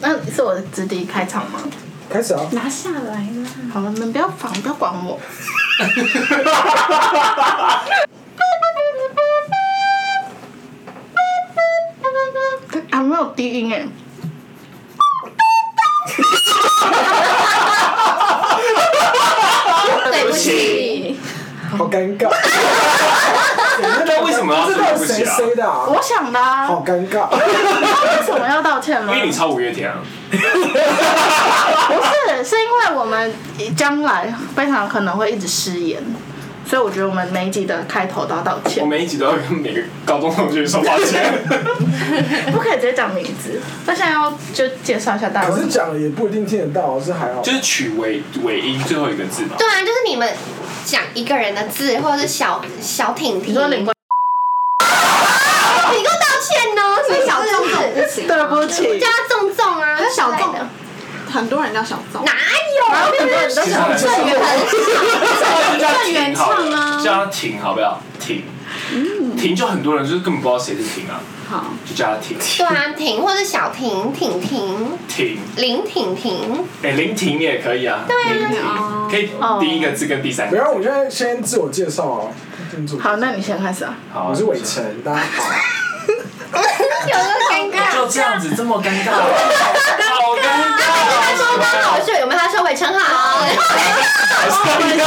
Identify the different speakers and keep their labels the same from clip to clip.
Speaker 1: 那是我的直笛开场吗？
Speaker 2: 开始啊！
Speaker 3: 拿下来啦！
Speaker 1: 好了，你们不要烦，不要管我。 还啊没有低音哎，
Speaker 3: 对不起，
Speaker 2: 好尴尬，
Speaker 4: 那 为什么要
Speaker 2: 不知
Speaker 4: 说
Speaker 2: 道
Speaker 4: 对不
Speaker 2: 谁
Speaker 4: 起啊？
Speaker 2: 谁的啊？
Speaker 1: 我想的啊，
Speaker 2: 好尴尬，
Speaker 1: 为什么要道歉吗
Speaker 4: 因？为你超五月天啊，
Speaker 1: 不是，是因为我们将来非常可能会一直失言，所以我觉得我们每一集的开头都要道
Speaker 4: 我
Speaker 1: 歉，
Speaker 4: 每一集都要跟每个高中同学说抱歉。
Speaker 1: 不可以直接讲名字。那现在要就介绍一下大家
Speaker 2: 可，是讲了也不一定听得到，是还好。
Speaker 4: 就是取尾尾音最后一个字嘛。
Speaker 3: 对啊，就是你们讲一个人的字，或者是小小挺挺，
Speaker 1: 你说林冠，
Speaker 3: 你给我道歉哦，所以小粽粽不行，
Speaker 1: 对不起
Speaker 3: 叫，他粽粽啊，小粽
Speaker 5: 很多人叫小赵，
Speaker 3: 哪
Speaker 1: 然后
Speaker 3: 有？
Speaker 1: 很多人都想
Speaker 4: 其实
Speaker 1: 这个
Speaker 4: 就叫
Speaker 5: 这 原
Speaker 4: 停好
Speaker 5: 唱啊
Speaker 4: 了，叫他停好不好？停，停就很多人就是根本不知道谁是停啊，
Speaker 5: 好，
Speaker 4: 就叫他停
Speaker 3: 对啊，挺或者小婷婷婷
Speaker 4: 停。
Speaker 3: 林婷婷，
Speaker 4: 哎，林停也可以啊，林停
Speaker 5: 哦
Speaker 4: 可以第一个字跟第三
Speaker 2: 没
Speaker 4: 个。
Speaker 2: 有，我现在先自我介绍啊。先自我
Speaker 1: 好，那你先开始啊。
Speaker 4: 好，
Speaker 2: 我是伟成，大家 好。
Speaker 3: 有个尴尬。
Speaker 4: 就这样子这么尴尬，好尴啊
Speaker 3: 他说他好
Speaker 4: 尬，
Speaker 3: 秀，有没有？他说伟成好，
Speaker 4: 好尴尬，好尴尬。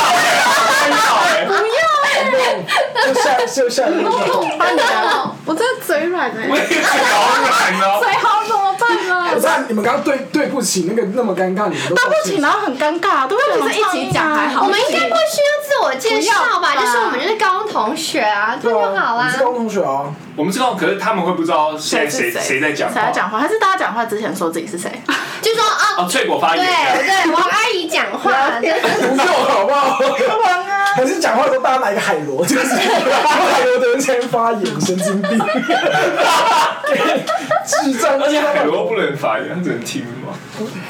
Speaker 2: 就下就下一个，
Speaker 1: 换你啊，
Speaker 5: 我真的嘴软
Speaker 4: 我
Speaker 5: 哎，
Speaker 4: 也觉得好软哦。
Speaker 5: 嘴好怎么办啊？
Speaker 2: 不是啊你们刚刚对对不起那个那么尴尬，你们都
Speaker 1: 对不起，然后很尴尬，啊对
Speaker 5: 我
Speaker 1: 不
Speaker 5: 们
Speaker 1: 起，
Speaker 5: 一起讲还好，
Speaker 3: 我们应该不需要自我介绍吧？
Speaker 5: 不要吧
Speaker 3: 就是我们就是高中同学啊，这
Speaker 2: 对
Speaker 3: 样就
Speaker 2: 啊，
Speaker 3: 好
Speaker 2: 我
Speaker 3: 啦
Speaker 2: 是。高中同学啊，
Speaker 4: 我们知道，可是他们会不知道现在谁
Speaker 5: 谁是谁
Speaker 4: 谁在讲
Speaker 1: 谁在
Speaker 4: 话。
Speaker 1: 讲话？还是大家讲话之前说自己是谁？
Speaker 3: 就说
Speaker 4: 哦，
Speaker 3: 哦，
Speaker 4: 翠果发
Speaker 3: 对
Speaker 4: 言。
Speaker 3: 对，王阿姨讲话，对
Speaker 2: 不用好不好？ 还是讲话的时候大家拿一个海螺，就是 海螺的人先发言，神经 病，智障，
Speaker 4: 而且海螺不能发言，只能听嘛。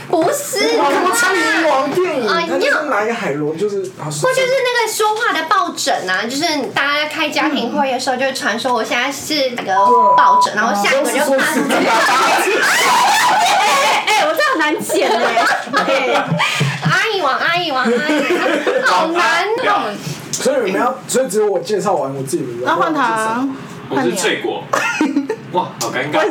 Speaker 3: 不是
Speaker 2: 哇，
Speaker 3: 啦
Speaker 2: 什么苍蝇王电影，
Speaker 3: 哎呀
Speaker 2: 哦他就是拿一个海螺，就是啊，
Speaker 3: 或就是那个说话的抱枕啊，就是大家开家庭会议的时候，就会传说我现在是那个抱枕，然后下一
Speaker 2: 都
Speaker 3: 个
Speaker 2: 是
Speaker 3: 就
Speaker 2: 说
Speaker 3: 他
Speaker 2: 自己的，
Speaker 5: 哎，我这很难剪 哎，
Speaker 3: 阿姨王阿姨王阿姨，好难哦。
Speaker 4: 哦。
Speaker 2: 所以你们要，所以只有我介绍完我自己名字，
Speaker 1: 然后换
Speaker 2: 他，
Speaker 1: 他，
Speaker 4: 我
Speaker 1: 换
Speaker 4: 是
Speaker 1: 你啊。
Speaker 4: 翠果。哇，好尴尬。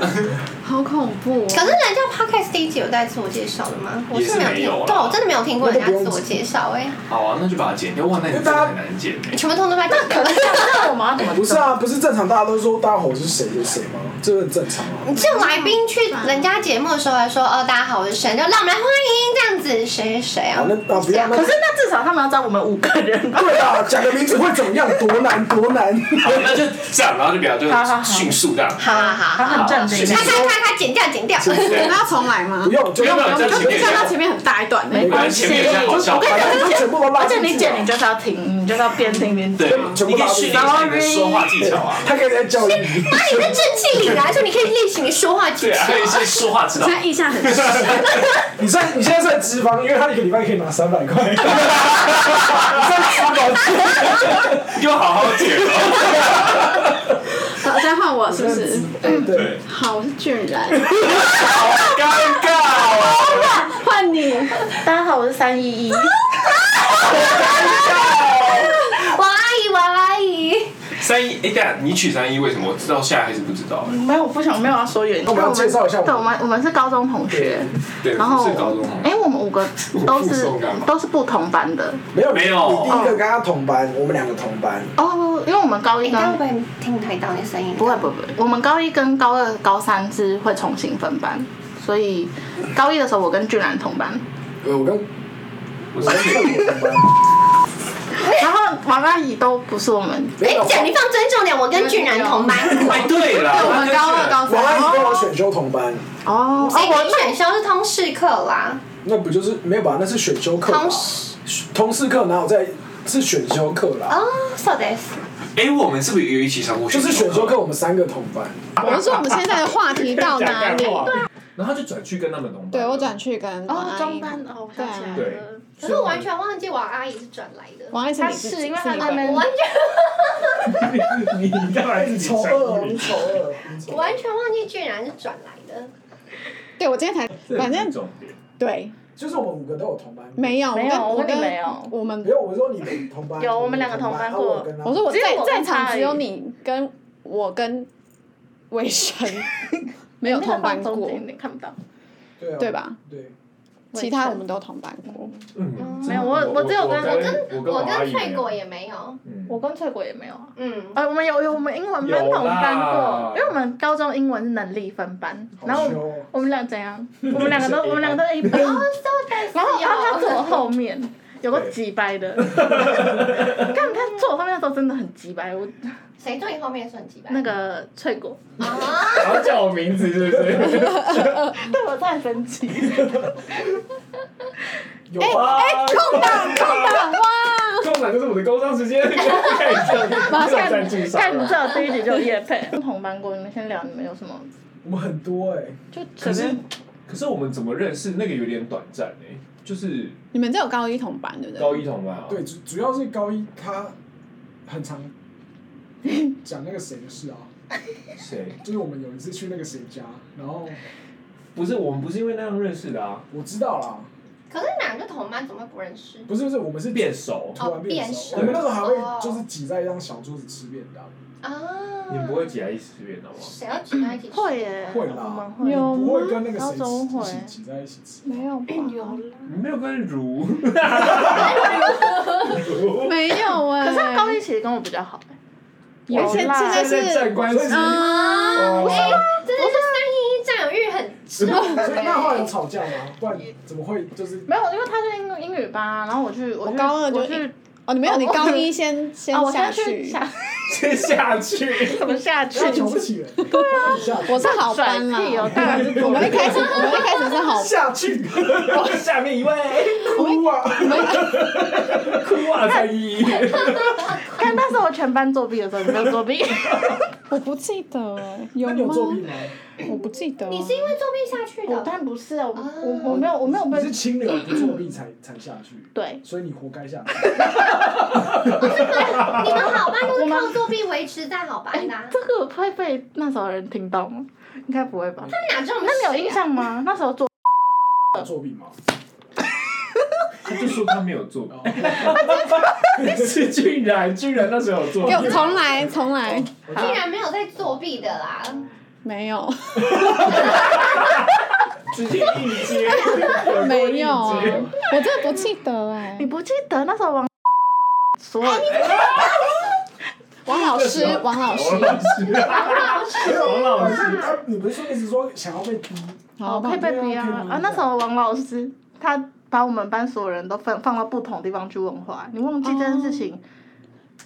Speaker 5: 好恐怖哦。
Speaker 3: 可是人家 podcast 第一集有带自我介绍的吗？我是没有
Speaker 4: 也是没有
Speaker 3: 听，
Speaker 4: 啦
Speaker 3: 对我真的没有听过人家自我介绍哎，
Speaker 4: 好啊，那就把它剪掉。哇，那你真的很难剪欸
Speaker 3: 全部通通在那可
Speaker 1: 啊那我们要怎么
Speaker 2: 不是啊，不是正常大家都说大家好我是谁就谁吗？这个很正常啊。
Speaker 3: 你这种来宾去人家节目的时候还说哦大家好我是谁，就让我们来欢迎这样子谁谁谁啊
Speaker 2: 啊，那啊不要那
Speaker 1: 可是那至少他们要找我们五个人吧。
Speaker 2: 对啊，讲个名字会怎么样？多难多难！
Speaker 4: 好，那就这样，然后就表就
Speaker 1: 好好好
Speaker 4: 迅速这样。
Speaker 3: 好好好
Speaker 1: 他
Speaker 3: 好，
Speaker 1: 很正经
Speaker 4: 好
Speaker 3: 咔咔咔咔剪掉剪掉，
Speaker 5: 我们要重来吗
Speaker 2: 不？用，就
Speaker 4: 不用不用
Speaker 2: 就
Speaker 4: 这
Speaker 5: 就是你看到前面很大一段，欸
Speaker 1: 没关系，
Speaker 4: 前面有些好笑
Speaker 1: 我跟你讲，
Speaker 2: 他全部都拉
Speaker 1: 而且
Speaker 2: 进
Speaker 1: 你
Speaker 2: 去啊
Speaker 1: 剪你
Speaker 2: 了。
Speaker 1: 就是要停，你就是要边听边
Speaker 4: 对
Speaker 1: 剪。，
Speaker 2: 全
Speaker 4: 你
Speaker 2: 部
Speaker 4: 可
Speaker 2: 拉
Speaker 4: 以训练一下你的说话技巧啊。
Speaker 2: 他可以在教育你，
Speaker 3: 那你的正气凛然，说你可以练习你说话技
Speaker 4: 对啊，
Speaker 3: 巧
Speaker 4: 还。有一些说话指导
Speaker 5: 现。在印象很深。
Speaker 2: 你算你现在算脂肪，因为他一个礼拜可以拿三百 块。你 算脂肪，
Speaker 4: 又好好剪哦。
Speaker 5: 好，现在换我是不是？
Speaker 2: 嗯对，
Speaker 5: 好，我是俊然，
Speaker 4: 好尴尬哦。
Speaker 5: 换你。
Speaker 1: 大家好，我是三一一。
Speaker 3: 王阿姨，王阿姨，
Speaker 4: 三一，哎，等一下你取三一为什么？我知道现在还是不知道欸。
Speaker 1: 没有，我不想，没有要说原因。
Speaker 2: 那我们要介绍一下我们
Speaker 1: 对，我们我们是高中同学，
Speaker 4: 对，
Speaker 1: 然后
Speaker 4: 不是高中啊同学。
Speaker 1: 哎，我们五个都
Speaker 4: 附
Speaker 1: 是
Speaker 4: 送干嘛
Speaker 1: 都是不同班的
Speaker 2: 没有
Speaker 4: 没有
Speaker 2: 你第一个跟他同班，我们两个同班，
Speaker 1: 哦，因为我们高一
Speaker 3: 你会
Speaker 1: 跟
Speaker 3: 不会听太到你的声音？
Speaker 1: 不会，不会，我们高一跟高二、高三是会重新分班，所以高一的时候我跟俊然同班，
Speaker 2: 呃我跟
Speaker 4: 我
Speaker 2: 我
Speaker 4: 是
Speaker 2: 跟
Speaker 4: 翠
Speaker 2: 这
Speaker 4: 果。
Speaker 2: 个同 班，
Speaker 1: 然后王阿姨都不是我们，
Speaker 2: 没有
Speaker 3: 哎，讲你放尊重点，我跟俊然同班。
Speaker 4: 哎，对了，
Speaker 5: 我们高二、高
Speaker 2: 王阿
Speaker 5: 三。
Speaker 2: 姨跟我选修同班，
Speaker 1: 哦，
Speaker 3: 所以
Speaker 1: 哦
Speaker 3: 你选修是通识课啦，
Speaker 2: 那不就是没有吧？那是选修课吧
Speaker 3: 通识？
Speaker 2: 通识课哪有在？是选修课啦，
Speaker 3: 哦，so this。
Speaker 4: 哎，我们是不是有一起上过？
Speaker 2: 就是选修课，我们三个同班。
Speaker 5: 我们说我们现在的话题到哪里？
Speaker 4: 然后就转去跟他们同班。
Speaker 5: 对我转去跟王
Speaker 1: 哦
Speaker 5: 阿姨
Speaker 1: 中班哦，我想起来
Speaker 4: 对
Speaker 1: 了，
Speaker 3: 可是我完全忘记王阿姨是转来的，
Speaker 5: 王阿姨是
Speaker 1: 他
Speaker 5: 你自
Speaker 1: 是因为
Speaker 5: 是
Speaker 1: 他
Speaker 5: 你
Speaker 1: 在那
Speaker 5: 本
Speaker 1: 边
Speaker 3: 我完 全
Speaker 4: 你干嘛自
Speaker 2: 丑恶，你丑恶，
Speaker 3: 我完全忘记俊然是转来的。
Speaker 5: 对我今天才
Speaker 4: 这
Speaker 5: 反
Speaker 4: 不
Speaker 5: 正
Speaker 4: 是重点。
Speaker 5: 对，
Speaker 2: 就是我们五个都有同班，
Speaker 5: 没有，我
Speaker 1: 没有
Speaker 5: 跟
Speaker 1: 我
Speaker 5: 我
Speaker 1: 跟你
Speaker 5: 跟
Speaker 1: 没有
Speaker 5: 我们
Speaker 2: 没有我说你们同班，
Speaker 1: 有
Speaker 2: 你
Speaker 1: 我们两个
Speaker 2: 同
Speaker 1: 同班
Speaker 2: 啊
Speaker 1: 过
Speaker 2: 我跟他
Speaker 5: 我说我
Speaker 1: 只有
Speaker 5: 在
Speaker 1: 我跟
Speaker 5: 在场
Speaker 1: 他
Speaker 5: 只有
Speaker 1: 而已
Speaker 5: 你跟我跟 伟神没有
Speaker 1: 那个
Speaker 5: 同班
Speaker 1: 放中
Speaker 5: 过，
Speaker 1: 间你看不到，
Speaker 2: 对啊
Speaker 5: 对？吧？
Speaker 2: 对，
Speaker 5: 其他我们都同班过。
Speaker 2: 嗯，
Speaker 1: 没有我我只有跟
Speaker 4: 我
Speaker 3: 跟我跟翠果
Speaker 4: 也，
Speaker 3: 也没有，
Speaker 4: 嗯
Speaker 1: 我跟翠果也没有啊。
Speaker 3: 嗯，
Speaker 1: 呃，我们有有我们英文班
Speaker 4: 有
Speaker 1: 同班
Speaker 4: 啦
Speaker 1: 过，因为我们高中英文是能力分班，然后
Speaker 2: 好
Speaker 1: 我
Speaker 2: 羞
Speaker 1: 们
Speaker 2: 哦
Speaker 1: 我们俩怎样？我们两个都我们两个都 A 班，
Speaker 3: 哦
Speaker 1: 然后然后
Speaker 3: 啊
Speaker 1: 他坐我后面，有个几掰的，看他坐我后面的时候真的很几掰，我
Speaker 3: 谁坐你后面是很鸡巴？
Speaker 1: 那个翠果
Speaker 3: 啊，
Speaker 4: 然后叫我名字是不是？
Speaker 1: 对我太生气，
Speaker 2: 有啊，
Speaker 5: 哎空档，空档，哇！
Speaker 4: 空档就是我的工商时 间，可以这样马上赞助商
Speaker 1: 干你知
Speaker 4: 了。
Speaker 1: 道第一集就有夜配，同班过，你们先聊你们有什么，
Speaker 2: 我们很多哎，
Speaker 1: 就随
Speaker 4: 可是
Speaker 1: 便，
Speaker 4: 可是我们怎么认识？那个有点短暂哎，就是
Speaker 5: 你们只有高一同班，对不对？
Speaker 4: 高一同班啊。
Speaker 2: 对，主主要是高一他很常讲那个谁的事啊，
Speaker 4: 谁？
Speaker 2: 就是我们有一次去那个谁家，然后
Speaker 4: 不是我们不是因为那样认识的啊，
Speaker 2: 我知道啦，
Speaker 3: 可是你们两个同班怎么会不认识？
Speaker 2: 不是不是，我们是
Speaker 4: 变熟。
Speaker 2: 突然变熟，
Speaker 4: 哦变熟
Speaker 2: 我们那时候还会就是挤在一张小桌子吃便当，
Speaker 3: 啊，
Speaker 4: 你们不会挤在一起吃便当吗？
Speaker 3: 谁要挤在一
Speaker 5: 嗯
Speaker 3: 起？
Speaker 1: 会，耶，
Speaker 2: 会啦
Speaker 1: 我们
Speaker 5: 有
Speaker 1: 会，
Speaker 2: 不会跟那个
Speaker 1: 高
Speaker 2: 谁
Speaker 1: 中
Speaker 2: 一起
Speaker 1: 会
Speaker 2: 挤在一起吃。
Speaker 5: 没有吧？
Speaker 1: 啊
Speaker 4: 你没有跟如，
Speaker 5: 没有哎。
Speaker 1: 可是他高一其实跟我比较好，欸
Speaker 5: 有啦，而且
Speaker 4: 现
Speaker 5: 现
Speaker 4: 在
Speaker 5: 在是
Speaker 4: 站关系。
Speaker 5: 啊，
Speaker 4: 哦
Speaker 3: 真的是三一一占有欲很重
Speaker 2: 所以那后来有
Speaker 3: 欸。
Speaker 2: 吵架吗？不然怎么会 就是
Speaker 1: 没有，因为他是英英语班，啊然后我去我
Speaker 5: 我
Speaker 1: 去
Speaker 5: 高二就
Speaker 1: 我去
Speaker 5: 哦，你没有，你高一先
Speaker 1: 啊，
Speaker 5: 先
Speaker 1: 我
Speaker 5: 下
Speaker 1: 先去下
Speaker 4: 先下去。
Speaker 1: 怎么下去？
Speaker 2: 要瞧不起人？对啊，
Speaker 5: 我是好
Speaker 1: 甩
Speaker 5: 班啦，
Speaker 1: 屁哦，当然是
Speaker 5: 我
Speaker 1: 我
Speaker 5: 们一开始我们一开始是好
Speaker 2: 下去，
Speaker 4: 下面一位，
Speaker 2: 哭啊！
Speaker 4: 哭啊！蔡依依，
Speaker 1: 看那时候我全班作弊的时候，你 没有作弊，
Speaker 5: 我不记得哎，有
Speaker 2: 那你有作弊
Speaker 5: 吗？
Speaker 2: 吗？
Speaker 5: 我不记得啊。
Speaker 3: 你是因为作弊下去
Speaker 1: 我
Speaker 3: 的，哦
Speaker 1: 当然不是啊，我我我没有我没有
Speaker 2: 你
Speaker 1: 被
Speaker 2: 是清流不作弊才才下去，
Speaker 1: 对，
Speaker 2: 所以你活该下去。
Speaker 3: 你们好班都是靠作弊维持在好班的 啊，
Speaker 1: 这个会被那时候的人听到吗？应该不会吧？
Speaker 3: 他
Speaker 5: 啊
Speaker 3: 哪知道我们
Speaker 1: 那
Speaker 3: 是
Speaker 1: 你有印象吗？那时候作
Speaker 2: 作弊吗？
Speaker 4: 他就说他没有做，
Speaker 2: 哦
Speaker 4: 是居然居然那时候有做
Speaker 5: 给，我重来，重来，
Speaker 3: 竟然没有在作弊的啦？
Speaker 5: 没有，
Speaker 4: 直接硬接，
Speaker 5: 没有啊，
Speaker 4: 有过硬接
Speaker 5: 我真的不记得哎
Speaker 1: 你。不记得那时候王所有哎
Speaker 5: 王 老师，王老师，
Speaker 4: 王老师，王老师，
Speaker 2: 啊你不是说一直说想要被逼？
Speaker 5: 好，哦
Speaker 1: 可以被逼
Speaker 2: 对啊可以
Speaker 1: 啊
Speaker 2: 逼
Speaker 1: 啊！那时候王老师他把我们班所有人都分放到不同地方去问话，你忘记这件事情？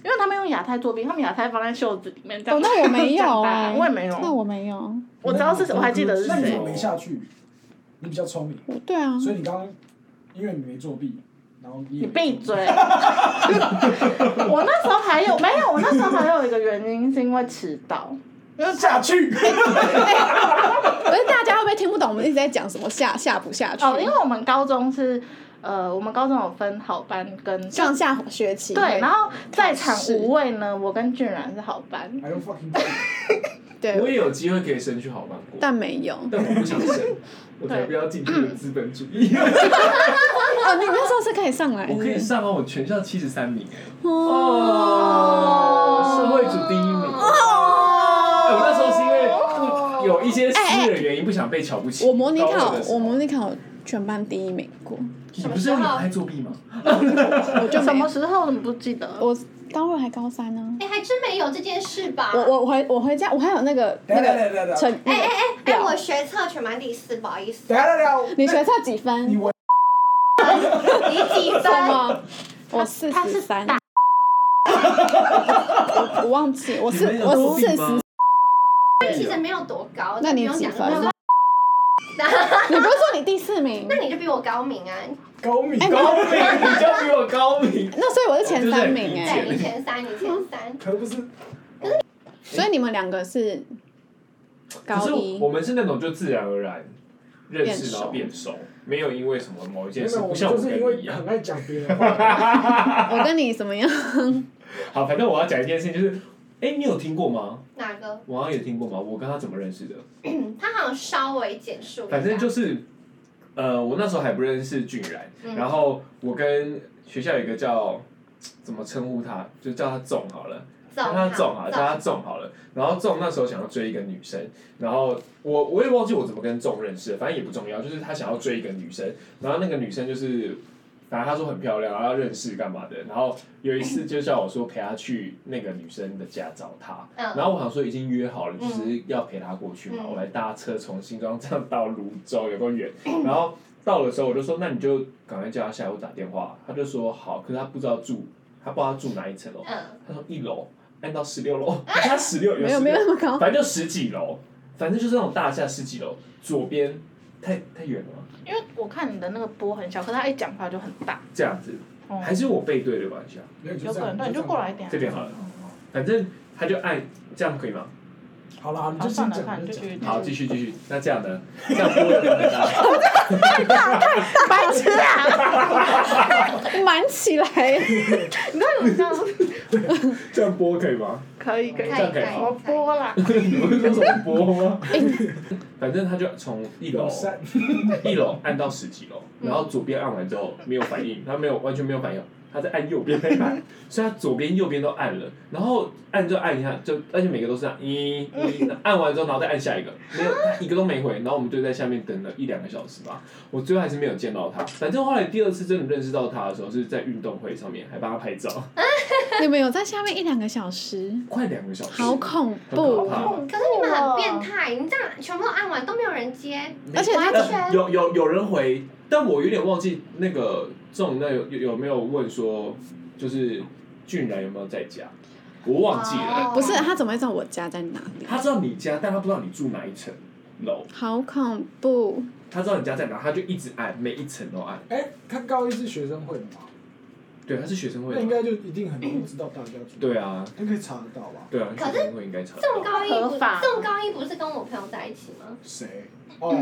Speaker 1: 因为他们用亚太作弊，他们亚太放在袖子里面这样。
Speaker 5: 哦，那我没
Speaker 1: 这样
Speaker 5: 有
Speaker 1: 打
Speaker 5: 哎，
Speaker 1: 我也没有。
Speaker 5: 那我没有，
Speaker 1: 我知道是，我还记得是
Speaker 2: 那你怎
Speaker 1: 谁
Speaker 2: 么。没下去？你比较聪明，
Speaker 5: 我对啊，
Speaker 2: 所以你刚刚因为你没作弊，然后你
Speaker 1: 你
Speaker 2: 也
Speaker 1: 闭嘴！ 我那时候还有没有？我那时候还有一个原因是因为迟到，
Speaker 2: 下去。
Speaker 5: 可是大家会不会听不懂我们一直在讲什么下下不下去？
Speaker 1: 哦，因为我们高中是呃，我们高中有分好班跟
Speaker 5: 上下学期
Speaker 1: 对，然后在场
Speaker 5: 考试
Speaker 1: 五位呢，我跟俊然是好班，
Speaker 2: I don't fucking care。
Speaker 4: 我
Speaker 5: 对，
Speaker 4: 也有机会可以升去好班过，
Speaker 5: 但没有。
Speaker 4: 但我不想升，我才不要进这个资本主义。
Speaker 5: 哦，你那时候是可以上来的，
Speaker 4: 我可以上啊，我全校七十三名哎，
Speaker 5: 哦
Speaker 4: 社会组第一名。哎我那时候是因为不有一些私人原因不想被瞧不起。
Speaker 5: 我模拟
Speaker 4: 高
Speaker 5: 考
Speaker 4: 二的，时候
Speaker 5: 我模拟考全班第一名过，
Speaker 4: 你不是有两爱作弊吗？
Speaker 3: 哦
Speaker 5: 我就
Speaker 1: 什
Speaker 5: 没
Speaker 1: 么
Speaker 5: 有。
Speaker 1: 时候怎么不记得？
Speaker 5: 我高二还高三呢。
Speaker 3: 哎，还真没有这件事吧？
Speaker 5: 我我我回我回家，我还有那个
Speaker 2: 等
Speaker 5: 那
Speaker 2: 一下等
Speaker 5: 个
Speaker 2: 一下等一下
Speaker 5: 成那
Speaker 3: 哎哎哎
Speaker 5: 个，
Speaker 3: 哎哎，我学测全班第四，不好 意思
Speaker 2: 等一，下等一下，
Speaker 5: 你学测几分？
Speaker 2: 你
Speaker 5: 什
Speaker 2: 文
Speaker 3: 你几分？
Speaker 5: 么？我四
Speaker 1: 他
Speaker 5: 十
Speaker 1: 是
Speaker 5: 三，
Speaker 1: 大
Speaker 5: 我我忘记，我四
Speaker 4: 你们有
Speaker 5: 我
Speaker 4: 作弊
Speaker 5: 四
Speaker 4: 吗
Speaker 5: 十，
Speaker 3: 其实没有多高，
Speaker 5: 那你
Speaker 3: 不用
Speaker 5: 几
Speaker 3: 讲
Speaker 5: 分
Speaker 3: 那么多。
Speaker 5: 你不是说你第四名
Speaker 3: 那？你就比我高明啊！
Speaker 2: 高明
Speaker 5: 哎，
Speaker 4: 高明， 你就比我高明。
Speaker 5: 那所以我是前三名
Speaker 4: 对
Speaker 5: 哎，
Speaker 3: 对，你前三，你前三。
Speaker 2: 可不是
Speaker 5: 所以你们两个是
Speaker 4: 可
Speaker 5: 高
Speaker 4: 是
Speaker 5: 一
Speaker 4: 我，们是那种就自然而然认
Speaker 5: 变
Speaker 4: 识
Speaker 5: 熟
Speaker 4: 然后变熟，没有因为什么某一
Speaker 2: 没
Speaker 4: 件事，
Speaker 2: 有，
Speaker 4: 不
Speaker 2: 我
Speaker 4: 像
Speaker 2: 就
Speaker 4: 我
Speaker 2: 是
Speaker 4: 跟
Speaker 2: 因
Speaker 4: 你一
Speaker 2: 为
Speaker 4: 样
Speaker 2: 很。爱讲别人 话，
Speaker 5: 我跟你怎么样？
Speaker 4: 好，反正我要讲一件事情，就是，哎，你有听过吗？
Speaker 3: 哪个？
Speaker 4: 我好像也听过吗？我跟他怎么认识的？
Speaker 3: 嗯，他好像稍微简述一下。
Speaker 4: 反正就是呃，我那时候还不认识俊然，然后我跟学校有一个叫怎么称呼他，就叫他总好了。叫他中啊，叫他中好了。然后中那时候想要追一个女生，然后我我也忘记我怎么跟中认识了，反正也不重要，就是他想要追一个女生，然后那个女生就是，反正他说很漂亮，然后要认识干嘛的。然后有一次就叫我说陪他去那个女生的家找她，
Speaker 3: 嗯
Speaker 4: 然后我想说已经约好了，就
Speaker 3: 嗯
Speaker 4: 是要陪她过去嘛，
Speaker 3: 嗯
Speaker 4: 我还搭车从新庄站到泸州，有多远？然后到的时候我就说那你就赶快叫她下来，我打电话。他就说好，可是他不知道住，他不知道住哪一层楼。
Speaker 3: 嗯，
Speaker 4: 他说一楼按到十六楼，他十六有
Speaker 5: 没有
Speaker 4: 16
Speaker 5: 没有那么 高，
Speaker 4: 反正就十几楼，反正就是那种大厦十几楼，左边太太远了吗？
Speaker 1: 因为我看你的那个波很小，可是他一讲话就很大。
Speaker 4: 这样子，
Speaker 1: 哦
Speaker 4: 还是我背对的关系啊？
Speaker 2: 没有就
Speaker 1: 有
Speaker 2: 这
Speaker 1: 可
Speaker 2: 样
Speaker 1: 能，对，你就过来一点啊
Speaker 4: 这。边好了，反正他就按这样可以吗？
Speaker 2: 好啦，你
Speaker 1: 好，
Speaker 2: 就
Speaker 1: 算
Speaker 2: 先
Speaker 1: 了算
Speaker 2: 讲，
Speaker 1: 了，就
Speaker 2: 就讲
Speaker 1: 继。续。
Speaker 4: 好，继续继续，那这样呢？这样播的很大，
Speaker 5: 白痴啊！满起来，
Speaker 1: 你知道有这样
Speaker 4: 这样播可以吗？
Speaker 1: 可以可以
Speaker 4: 这，样可以吗？
Speaker 1: 我播啦。
Speaker 4: 你不是说什么播吗？
Speaker 5: 哎
Speaker 4: 反正他就从一楼
Speaker 2: 友善，
Speaker 4: 一楼按到十几楼，然后左边按完之后没有反应，他没有完全没有反应，他在按右边 那一排，所以他左边右边都按了，然后按就按一下，就而且每个都是这样，一一按完之后，然后再按下一个，没有他一个都没回，然后我们就在下面等了一两个小时吧，我最后还是没有见到他，反正后来第二次真的认识到他的时候是在运动会上面，还帮他拍照，
Speaker 5: 你们有在下面一两个小时，
Speaker 4: 快两个小时，
Speaker 5: 好恐
Speaker 4: 很可
Speaker 5: 怖！哦
Speaker 4: 怕
Speaker 3: 可是你们很变态，你这样全部都按完都没有人接，
Speaker 5: 而且他
Speaker 3: 完全
Speaker 4: 有有有人回，但我有点忘记那个仲那有有有没有问说，就是俊然有没有在家，我忘记了。
Speaker 3: 哦
Speaker 5: 不是他怎么会知道我家在哪里？
Speaker 4: 他知道你家，但他不知道你住哪一层楼。
Speaker 5: 好恐怖！
Speaker 4: 他知道你家在哪，他就一直按，每一层都按。
Speaker 2: 哎，他高一是学生会的嘛，
Speaker 4: 对，他是学生会
Speaker 2: 那应
Speaker 4: 的。
Speaker 2: 该就一定很容易知道大家住。，
Speaker 4: 对啊，
Speaker 2: 那可以查得到吧？
Speaker 4: 对啊，
Speaker 3: 可是
Speaker 4: 学生会应该查得
Speaker 3: 这么
Speaker 4: 到。
Speaker 3: 高一不
Speaker 1: 合法
Speaker 3: 这么高一不是跟我朋友在一起吗？
Speaker 2: 谁？哦，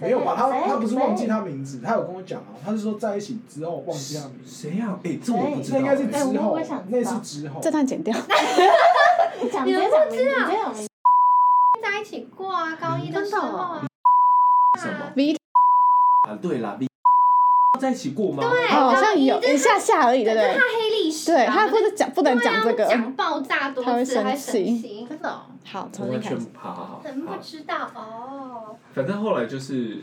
Speaker 2: 没有吧？他他不是忘记他名字，他有跟我讲啊，他是说在一起之后忘记他名字，
Speaker 4: 谁呀？哎，这我不知
Speaker 2: 那
Speaker 4: 道。
Speaker 2: 应该是之
Speaker 1: 哎我
Speaker 2: 后
Speaker 1: 我也想，知
Speaker 2: 那
Speaker 1: 道
Speaker 2: 是之后
Speaker 5: 这。段剪掉，
Speaker 1: 你讲
Speaker 3: 你们不知道
Speaker 1: 你讲名字
Speaker 3: 在一起过啊，高一的时候
Speaker 5: 哦
Speaker 3: 啊，
Speaker 4: 什么？
Speaker 5: V
Speaker 4: 啊，对啦，B 在一起过吗？对
Speaker 5: 哦好像有一下下而已，对不
Speaker 3: 这是
Speaker 5: 对
Speaker 3: 他？黑历史啊，
Speaker 5: 对他不是讲不能讲这
Speaker 3: 对啊
Speaker 5: 个，
Speaker 3: 讲爆炸多
Speaker 5: 他会
Speaker 3: 次
Speaker 5: 生
Speaker 3: 还
Speaker 5: 气
Speaker 3: 气，
Speaker 1: 真的哦，
Speaker 5: 好，
Speaker 4: 我
Speaker 5: 重新
Speaker 4: 完
Speaker 5: 开
Speaker 4: 全
Speaker 5: 始。
Speaker 4: 不好好好。
Speaker 3: 怎么
Speaker 4: 好
Speaker 3: 不知道哦？
Speaker 4: 反正后来就是，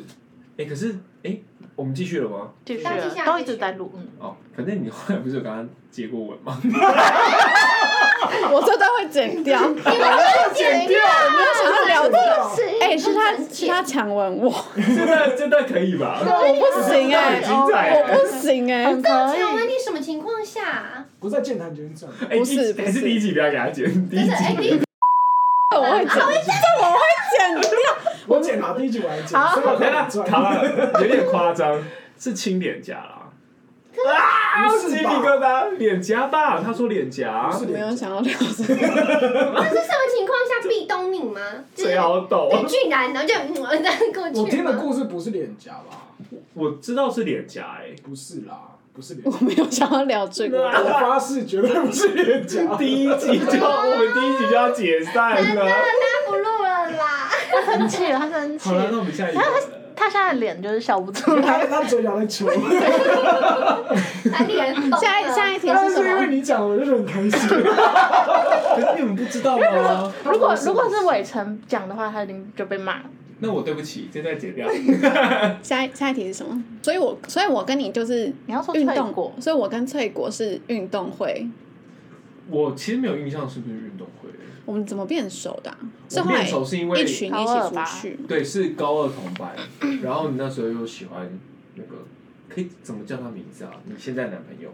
Speaker 4: 哎、可是哎、诶我们继续了吗？
Speaker 1: 继续
Speaker 3: 大家继续啊
Speaker 1: 了，都一直在录，嗯，
Speaker 4: 哦，反正你后来不是有跟他接过吻 吗？
Speaker 5: 我这段会剪掉，我没
Speaker 3: 你们要剪掉，
Speaker 5: 有想要聊这 个。
Speaker 3: 是
Speaker 5: 哎，是他
Speaker 3: 不能
Speaker 5: 是
Speaker 3: 剪
Speaker 5: 他强吻我，
Speaker 4: 这段这段可以吧？
Speaker 5: 我不行哎，
Speaker 4: 很精彩欸
Speaker 5: 我不行哎，
Speaker 1: 可
Speaker 3: 强吻你什么情况下？
Speaker 2: 不是在健谈决定上，
Speaker 4: 哎
Speaker 5: 不是
Speaker 4: 第一
Speaker 5: 不是
Speaker 4: 哎第一集不要给他剪，第
Speaker 3: 就
Speaker 4: 一
Speaker 3: 是哎，
Speaker 4: 集
Speaker 3: 你
Speaker 5: 我会剪，这我会剪掉。
Speaker 2: 我剪哪第一集我还剪，
Speaker 1: 好
Speaker 2: 所以我
Speaker 4: 等一
Speaker 2: 可
Speaker 4: 下
Speaker 5: 哎
Speaker 2: 以
Speaker 4: 卡
Speaker 2: 转。
Speaker 4: 了，有点夸张，是亲脸颊啦。啊！
Speaker 2: 不
Speaker 4: 鸡
Speaker 2: 是
Speaker 4: 皮
Speaker 2: 吧
Speaker 4: 疙瘩，脸颊吧？他说脸颊，
Speaker 2: 不是
Speaker 5: 没有想要聊这个，
Speaker 3: 那是什么情况下壁咚你吗？就是
Speaker 4: 嘴好抖。
Speaker 3: 对，居然然后就嗯这样过去。
Speaker 2: 我听的故事不是脸颊吧？
Speaker 4: 我知道是脸颊，哎，
Speaker 2: 不是啦，不是脸
Speaker 5: 我
Speaker 2: 颊，
Speaker 5: 没有想要聊这个。
Speaker 4: 啊
Speaker 2: 我发誓绝对不是脸 颊。
Speaker 4: 第一集就要我们第一集就要解散
Speaker 3: 真的，
Speaker 4: 了。
Speaker 3: 他啊不录了啦。
Speaker 1: 他生气了，他生气
Speaker 4: 好了，那
Speaker 1: 了，
Speaker 4: 我们下一集。
Speaker 1: 他现在脸就是笑不出来。
Speaker 2: 他他嘴角在抽，
Speaker 1: 啊
Speaker 3: 他脸懂了
Speaker 5: 下一
Speaker 4: 啊
Speaker 5: 下一题
Speaker 2: 但是
Speaker 5: 是什
Speaker 2: 因为
Speaker 5: 么？
Speaker 2: 你讲，我就是很开心。
Speaker 4: 可是你们不知道吗？
Speaker 1: 如果如果是伟成讲的话，他一定就被骂了。
Speaker 4: 那我对不起，这段剪掉。
Speaker 5: 下一下一题是什么？所以我所以我跟你就是
Speaker 1: 你要说
Speaker 5: 运
Speaker 1: 翠
Speaker 5: 动
Speaker 1: 果，
Speaker 5: 所以我跟翠果是运动会。
Speaker 4: 我其实没有印象是不是运动会，
Speaker 5: 我们怎么变熟的啊、是
Speaker 4: 我
Speaker 5: 后来
Speaker 4: 变熟是因为
Speaker 5: 一群一起出去，
Speaker 4: 对，是高二同班，然后你那时候又喜欢那个，可以怎么叫他名字啊？你现在男朋友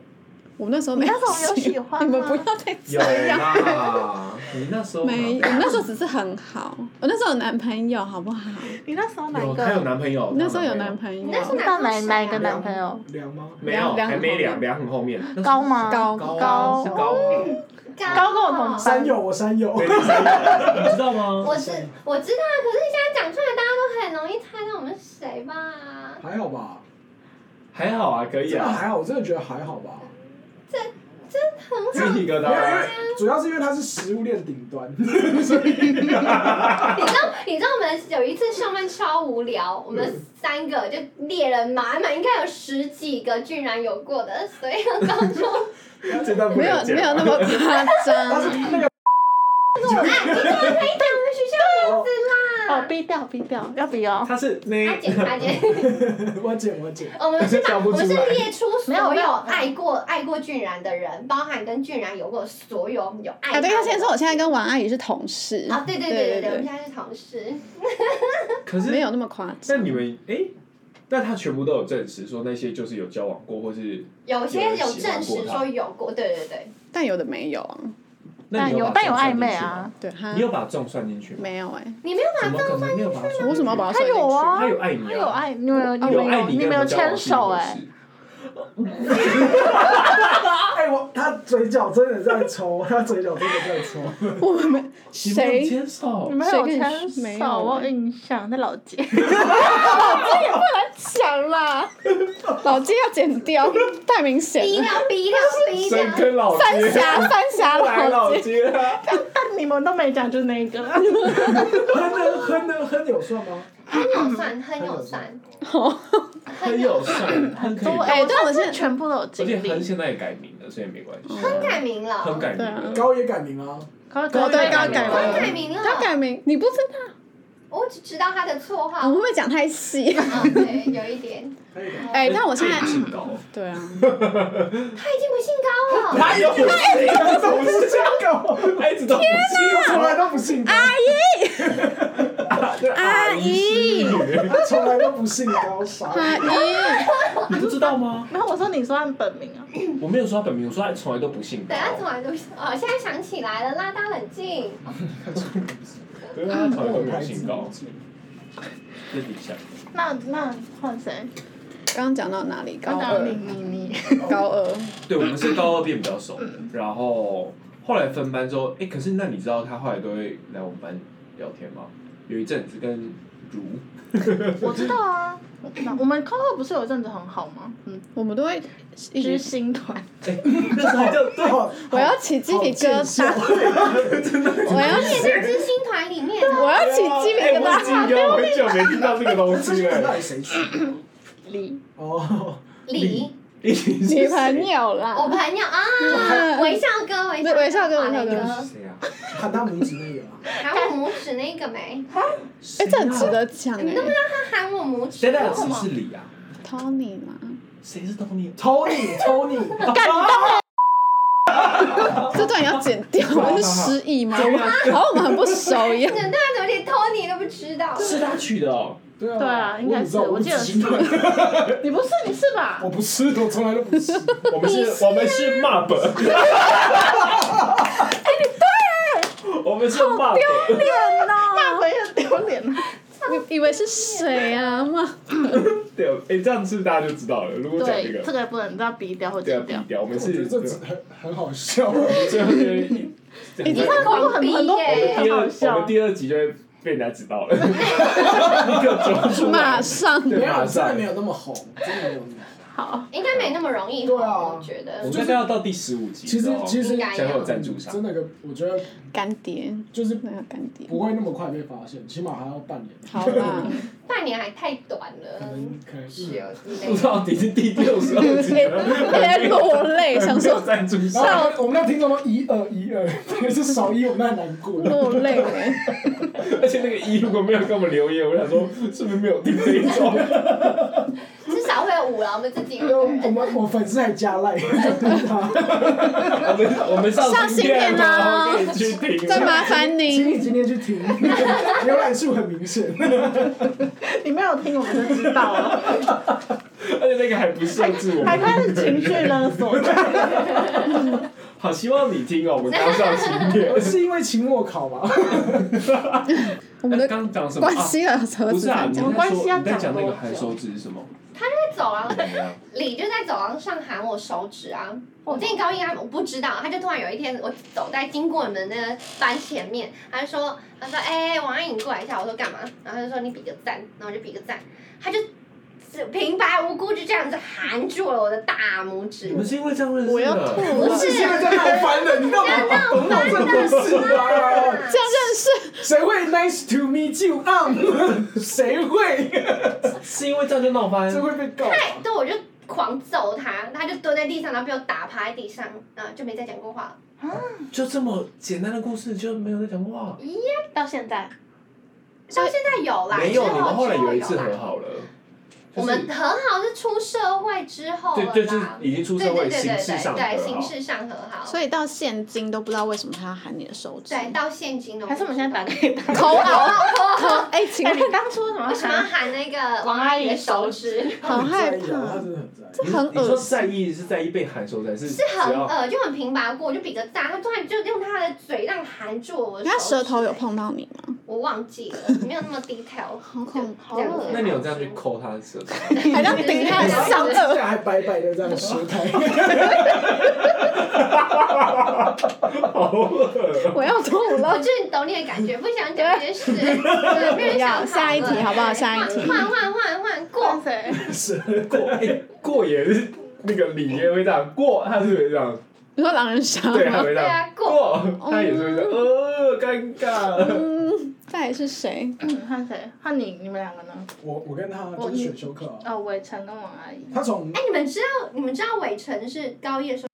Speaker 5: 我们那时候没
Speaker 1: 你那时 候有喜欢吗
Speaker 5: 你们不要再这
Speaker 4: 有
Speaker 5: 样。
Speaker 4: 啦， 你那时候哪
Speaker 5: 没，我那时候只是很好，我那时候有男朋友，好不好？
Speaker 1: 你那时候哪一
Speaker 4: 有他有
Speaker 1: 个？
Speaker 4: 男朋友
Speaker 5: 我，那时候有男朋友，
Speaker 3: 你那时候
Speaker 1: 那哪哪一个
Speaker 3: 有
Speaker 1: 男朋友？
Speaker 2: 凉吗？
Speaker 4: 没有，
Speaker 5: 梁
Speaker 4: 还没
Speaker 5: 梁很后面
Speaker 4: 两两很后面，那时候
Speaker 1: 高吗？
Speaker 5: 高
Speaker 4: 高啊
Speaker 1: 高
Speaker 4: 是高啊，
Speaker 1: 高跟我同班
Speaker 2: 山友，我山友，
Speaker 4: 对你三个你知道吗？
Speaker 3: 我知我知道，可是你现在讲出来，大家都很容易猜到我们是谁吧？
Speaker 2: 还好吧？
Speaker 4: 还好啊，可以
Speaker 2: 这个
Speaker 4: 啊，
Speaker 2: 还好，我真的觉得还好吧。
Speaker 3: 真的
Speaker 4: 鸡皮疙瘩
Speaker 2: 因为因为
Speaker 4: 啊。
Speaker 2: 主要是因为它是食物链顶端，
Speaker 3: 你知道，你知道我们有一次上班超无聊，我们三个就列了满满，应该有十几个居然有过的，所以我高中
Speaker 2: 这段不
Speaker 5: 没有
Speaker 2: 能讲
Speaker 5: 没有那么夸
Speaker 2: 但是
Speaker 5: 张。
Speaker 2: 那个
Speaker 3: 可以打我们学校名字
Speaker 1: 哦，
Speaker 3: 啦。
Speaker 1: 逼掉逼掉，要比哦。
Speaker 2: 它是那
Speaker 3: 阿姐，阿姐，
Speaker 2: 我剪 我剪，
Speaker 3: 我们是把
Speaker 2: 讲不
Speaker 3: 我
Speaker 2: 出来
Speaker 3: 们是列出所
Speaker 1: 没有没有
Speaker 3: 有爱过爱过俊然的人，包含跟俊然有过所有有爱。
Speaker 5: 啊，对，要先说，我现在跟王阿姨是同事。
Speaker 3: 啊，对对对对
Speaker 5: 对
Speaker 3: 对，我
Speaker 5: 对
Speaker 3: 们现在是同事。
Speaker 4: 可是
Speaker 5: 没有那么夸
Speaker 4: 那
Speaker 5: 张。
Speaker 4: 你们哎、但他全部都有证实说那些就是有交往过，或是
Speaker 3: 有些
Speaker 4: 有人
Speaker 3: 有
Speaker 4: 喜欢
Speaker 3: 证
Speaker 4: 过
Speaker 3: 实
Speaker 4: 他
Speaker 3: 说有过，对对对，
Speaker 5: 但有的没有啊。
Speaker 4: 那
Speaker 1: 但
Speaker 4: 你
Speaker 1: 有
Speaker 4: 把
Speaker 1: 但有
Speaker 4: 这种
Speaker 1: 暧
Speaker 4: 算
Speaker 1: 昧
Speaker 4: 进去
Speaker 1: 啊
Speaker 4: 吗，，
Speaker 5: 对，他
Speaker 4: 你有把这种算进去吗？
Speaker 5: 没有哎、
Speaker 3: 你没有把
Speaker 4: 怎么可能没有把它
Speaker 5: 我为什么要把它
Speaker 1: 他
Speaker 5: 算进去？
Speaker 1: 有啊，
Speaker 4: 他有爱你啊
Speaker 1: 他有爱你们，你
Speaker 4: 有
Speaker 1: 们
Speaker 4: 爱
Speaker 1: 有
Speaker 4: 你，
Speaker 1: 你们有牵手哎，
Speaker 2: 哎我他嘴角真的在抽，他嘴角真的在抽，
Speaker 5: 我们
Speaker 4: 你没有
Speaker 5: 谁？
Speaker 4: 牵手
Speaker 1: 你？们有
Speaker 5: 谁跟
Speaker 1: 牵
Speaker 5: 你没
Speaker 1: 手，
Speaker 5: 有
Speaker 1: 我有
Speaker 5: 欸
Speaker 1: 印象，在老街。
Speaker 5: 想啦，老街要剪 掉，太明显
Speaker 3: 逼
Speaker 5: 了。
Speaker 3: 掉逼掉逼掉
Speaker 4: 深，坑老
Speaker 5: 三
Speaker 4: 街，
Speaker 5: 峡，三峡
Speaker 4: 来
Speaker 5: 老
Speaker 4: 老
Speaker 5: 街，
Speaker 4: 街啊！
Speaker 1: 但你们都没讲，就是那一个。
Speaker 2: 哼呢哼呢哼有算吗？
Speaker 3: 很有算，很有算，
Speaker 4: 很友善，很可以，
Speaker 1: 我
Speaker 4: 而
Speaker 1: 哎，
Speaker 5: 但
Speaker 1: 但
Speaker 5: 我
Speaker 1: 我
Speaker 5: 是
Speaker 1: 是全部都有
Speaker 4: 且
Speaker 1: 经
Speaker 4: 很
Speaker 1: 历。
Speaker 4: 现在也改名了，所以没关系。
Speaker 3: 很改名了，
Speaker 4: 很改名了，
Speaker 2: 高也改名啊，
Speaker 1: 高
Speaker 5: 哦对高改
Speaker 1: 了
Speaker 3: 很改名了，
Speaker 5: 他改名，你不知道？
Speaker 3: 我只知道他的绰
Speaker 5: 哦我们会
Speaker 3: 号。
Speaker 5: 不会讲太细？
Speaker 3: 啊，对，有一点，
Speaker 2: 他 也改
Speaker 5: 哎、但我现在
Speaker 4: 不，知道。
Speaker 5: 对啊，
Speaker 3: 他已经不姓高了。
Speaker 4: 他有，
Speaker 2: 名，怎么是这样搞？
Speaker 4: 他一直都不是
Speaker 2: 我从来都不姓高，
Speaker 5: 阿姨，
Speaker 2: 他从来都不姓高，傻
Speaker 5: 阿姨，
Speaker 4: 你不知道吗？
Speaker 1: 然后我说你说按本名啊，
Speaker 4: 我没有说他本名，我说他从来都不姓高
Speaker 3: 等。下从来都不姓哦，现在想起来了，拉大冷静。
Speaker 4: 对啊，他从来都没有
Speaker 2: 牌
Speaker 4: 姓
Speaker 2: 子
Speaker 4: 高。那底下，
Speaker 1: 那那换谁？
Speaker 5: 刚刚讲到哪里？高
Speaker 1: 刚刚你
Speaker 5: 二，
Speaker 1: 你你，
Speaker 5: 高二，
Speaker 4: 对我们是高二变比较熟， 然后后来分班之后，哎，可是那你知道他后来都会来我们班聊天吗？有一阵子跟如，
Speaker 1: 我知道啊。我知道我们高二不是有一阵子很好吗？嗯，
Speaker 5: 我们都会一
Speaker 1: 知
Speaker 5: 直
Speaker 1: 心团。
Speaker 4: 哎， 那时候叫对
Speaker 2: 啊好
Speaker 5: 我要起鸡皮疙瘩，我要
Speaker 3: 你也在知心团里面
Speaker 5: 我
Speaker 3: 哦，
Speaker 5: 要起鸡皮
Speaker 4: 哎，
Speaker 5: 疙
Speaker 4: 我已经
Speaker 5: 瘩，
Speaker 4: 有很久没听到这个东
Speaker 2: 这
Speaker 4: 西
Speaker 2: 些人
Speaker 4: 了
Speaker 2: 到。
Speaker 4: 哎
Speaker 2: 底谁去？
Speaker 1: 李
Speaker 2: 哦，
Speaker 3: 李，
Speaker 4: 你是
Speaker 5: 女朋友
Speaker 3: 我
Speaker 5: 啦，
Speaker 3: 朋友 啊，微笑哥，微
Speaker 5: 对微笑哥
Speaker 3: 那
Speaker 5: 微笑
Speaker 3: 个
Speaker 5: 哥，
Speaker 4: 谁啊？
Speaker 2: 喊他拇指那 个啊，
Speaker 3: 喊我拇指那个没？
Speaker 5: 哎、这很值得讲
Speaker 3: 你
Speaker 5: 哎、
Speaker 3: 们都不知道他喊我拇指
Speaker 4: 谁的
Speaker 3: 哦，
Speaker 4: 指是李啊？
Speaker 5: Tony 嘛，
Speaker 4: 谁是 Tony？
Speaker 2: Tony Tony，
Speaker 5: 这段也要剪掉，我们是失忆吗？好像我们很不熟一 样。
Speaker 3: 等大家怎么连 Tony 都不知道？
Speaker 4: 是他取的 哦。
Speaker 2: 对啊，
Speaker 1: 对啊应该是
Speaker 2: 我
Speaker 1: 我记得
Speaker 2: 是知道我不知道
Speaker 1: 你不是你是吧
Speaker 2: 我？不是， 我从来都不是。
Speaker 4: 我们是，我们是 m 本。哎，你对 我们是 m 本。
Speaker 1: 脸呐，那回很丢脸啊。
Speaker 5: 你以为是谁啊？嘛，
Speaker 4: 对，哎，这样是不是大家就知道了？如果讲这
Speaker 1: 对，这
Speaker 4: 个，
Speaker 1: 个不能，这要逼掉或
Speaker 4: 对啊，
Speaker 1: 剪
Speaker 4: 低
Speaker 1: 掉。
Speaker 4: 调。我们
Speaker 2: 我觉
Speaker 4: 是
Speaker 2: 得这只很很好笑，
Speaker 4: 最后就是一
Speaker 1: 你知道我很很多
Speaker 3: 狂逼耶
Speaker 1: 很
Speaker 4: 第
Speaker 1: 哎好
Speaker 4: 二，我
Speaker 1: 笑
Speaker 4: 们。第二集就会被人家知道了， 立刻抓 出来。
Speaker 5: 马上
Speaker 4: 对
Speaker 2: 没有
Speaker 4: 马
Speaker 2: 真的
Speaker 4: 上
Speaker 2: 没。有那么红，真的没有那么红。
Speaker 1: 好，
Speaker 3: 应该没那么容易，
Speaker 2: 对啊
Speaker 3: 我觉得
Speaker 4: 我。们大概要到第十五集，
Speaker 2: 其实其实
Speaker 3: 应该
Speaker 4: 才会有
Speaker 3: 要。
Speaker 4: 赞助商
Speaker 2: 真。的个，我觉得
Speaker 5: 干爹，
Speaker 2: 就是
Speaker 5: 那个干爹，
Speaker 2: 不会那么快被发现，起码还要半年。
Speaker 5: 好啦，
Speaker 3: 半年还太短了
Speaker 2: 可，能可能一
Speaker 3: 是啊
Speaker 2: 年。
Speaker 3: 有
Speaker 4: 不知道底是第六十二集，
Speaker 5: 连落泪，想
Speaker 4: 没有
Speaker 5: 说
Speaker 4: 赞助商。
Speaker 2: 然后我们那听众都一二一二，是少一，我们很难过。
Speaker 5: 落泪欸
Speaker 4: 而且那个一如果没有给我们留言，我想说是不是没有听这一种？
Speaker 3: 至少会有五了，我们自己。
Speaker 2: 我们我粉丝还加 赖，
Speaker 4: 我们我们上片
Speaker 5: 上
Speaker 4: 了，
Speaker 5: 新片
Speaker 4: 可以去啊听。
Speaker 5: 再麻烦
Speaker 2: 请
Speaker 5: 您
Speaker 2: 你今天去 听， 浏览数很明显。
Speaker 1: 你没有听我们就知道了，
Speaker 4: 而且那个还不设置我
Speaker 1: 还
Speaker 4: 们，
Speaker 1: 开始情绪勒索。
Speaker 4: 好希望你听哦。我们刚上新片，
Speaker 2: 是因为期末考吗？
Speaker 5: 我们的
Speaker 4: 刚讲什么？
Speaker 5: 关
Speaker 4: 啊
Speaker 5: 系了，什么
Speaker 4: 不
Speaker 5: 事
Speaker 4: 是啊，
Speaker 5: 情
Speaker 4: 你
Speaker 5: 讲？
Speaker 1: 们关
Speaker 4: 在
Speaker 1: 系
Speaker 4: 说
Speaker 1: 要
Speaker 4: 你在讲那个
Speaker 1: 讲多
Speaker 4: 含
Speaker 1: 久
Speaker 4: 手指是什么？
Speaker 3: 在走廊，
Speaker 4: 怎么样？
Speaker 3: 李就在走廊上喊我手指啊！我进高一啊，我不知道，他就突然有一天，我走在经过你们那个班前面，他就说，呃他嗯说，哎、王阿姨你过来一下，我说干嘛？然后他就说你比个赞，然后我就比个赞，他就。是平白无故就这样子含住了我的大拇指
Speaker 4: 你。们是因为这样认识的？
Speaker 5: 我要吐
Speaker 2: 不
Speaker 5: 了，
Speaker 2: 是是因为在闹翻了，你干嘛懂闹这种事啊？
Speaker 5: 这样认识
Speaker 2: 谁会 nice to meet you on？谁会？
Speaker 4: 是因为这样就闹翻？
Speaker 2: 这会被告吧。啊
Speaker 3: 对，我就狂揍他，他就蹲在地上，然后被我打趴在地上，然后就没再讲过话了。
Speaker 4: 就这么简单的故事就没有在讲话？
Speaker 1: 到现在，
Speaker 3: 到现在有啦，
Speaker 4: 没有，
Speaker 3: 之
Speaker 4: 你们后来
Speaker 3: 之
Speaker 4: 有一次
Speaker 3: 啦
Speaker 4: 和好了。
Speaker 3: 我们和好是出社会之后了
Speaker 4: 对
Speaker 3: 吧？
Speaker 4: 对，就是已经出
Speaker 3: 对
Speaker 4: 社
Speaker 3: 对对
Speaker 4: 会，
Speaker 3: 对
Speaker 4: 形式上的
Speaker 3: 对，
Speaker 4: 和
Speaker 3: 形
Speaker 4: 好。
Speaker 3: 式上和好。
Speaker 5: 所以到现今都不知道为什么他要喊你的手指。
Speaker 3: 对，到现今都不
Speaker 1: 还是我们现在打
Speaker 3: 知道
Speaker 1: 给 他。
Speaker 5: 口好，口哎，请
Speaker 1: 哎，
Speaker 5: 问
Speaker 1: 你当初为什么要
Speaker 3: 为什么要
Speaker 1: 喊？
Speaker 3: 喊那个
Speaker 1: 王阿姨
Speaker 3: 的
Speaker 1: 的
Speaker 3: 手
Speaker 1: 手
Speaker 3: 指？
Speaker 5: 好害
Speaker 2: 他很在意啊他
Speaker 5: 怕，
Speaker 2: 真的很在意。
Speaker 5: 这很
Speaker 4: 你说
Speaker 5: 恶心。
Speaker 4: 在意是在意被喊手指，还是只
Speaker 3: 是很
Speaker 4: 要
Speaker 3: 呃，就很平白无故，我就比个大，他突然就用他的嘴让含住我的
Speaker 5: 他
Speaker 3: 手
Speaker 5: 舌
Speaker 3: 指
Speaker 5: 头有，碰到你吗？
Speaker 3: 我忘记了，没有那么 detail。
Speaker 5: 好恐
Speaker 3: 就这样
Speaker 1: 好
Speaker 3: 子
Speaker 1: 恶
Speaker 4: 那你有这样去抠他的舌头？
Speaker 5: 还让顶他的上
Speaker 2: 现
Speaker 5: 颚，
Speaker 2: 在还白白的这样舌苔，
Speaker 4: 好恶
Speaker 5: 我要吐
Speaker 3: 我
Speaker 5: 了。
Speaker 3: 就是懂你的感觉，不想讲这些 事，对，没有人想讨论
Speaker 5: 下一题好不好下一题
Speaker 3: 换换换换
Speaker 1: 换
Speaker 3: 过，
Speaker 1: 谁？
Speaker 2: 舌
Speaker 4: 过哎过也是那个李也会这样过，他是会这样，
Speaker 5: 你说狼人杀
Speaker 4: 对，他
Speaker 5: 吗？
Speaker 4: 会这
Speaker 3: 对
Speaker 4: 样
Speaker 3: 啊，过。
Speaker 4: 过，他也是会这样，呃，尴尬。
Speaker 5: 嗯，再来是谁？
Speaker 1: 嗯，换谁？换你，你们两个呢？
Speaker 2: 我我跟他就是选修课啊，
Speaker 1: 哦，伟成跟王阿姨。
Speaker 2: 他从
Speaker 3: 哎，你们知道你们知道伟成是高一的时候，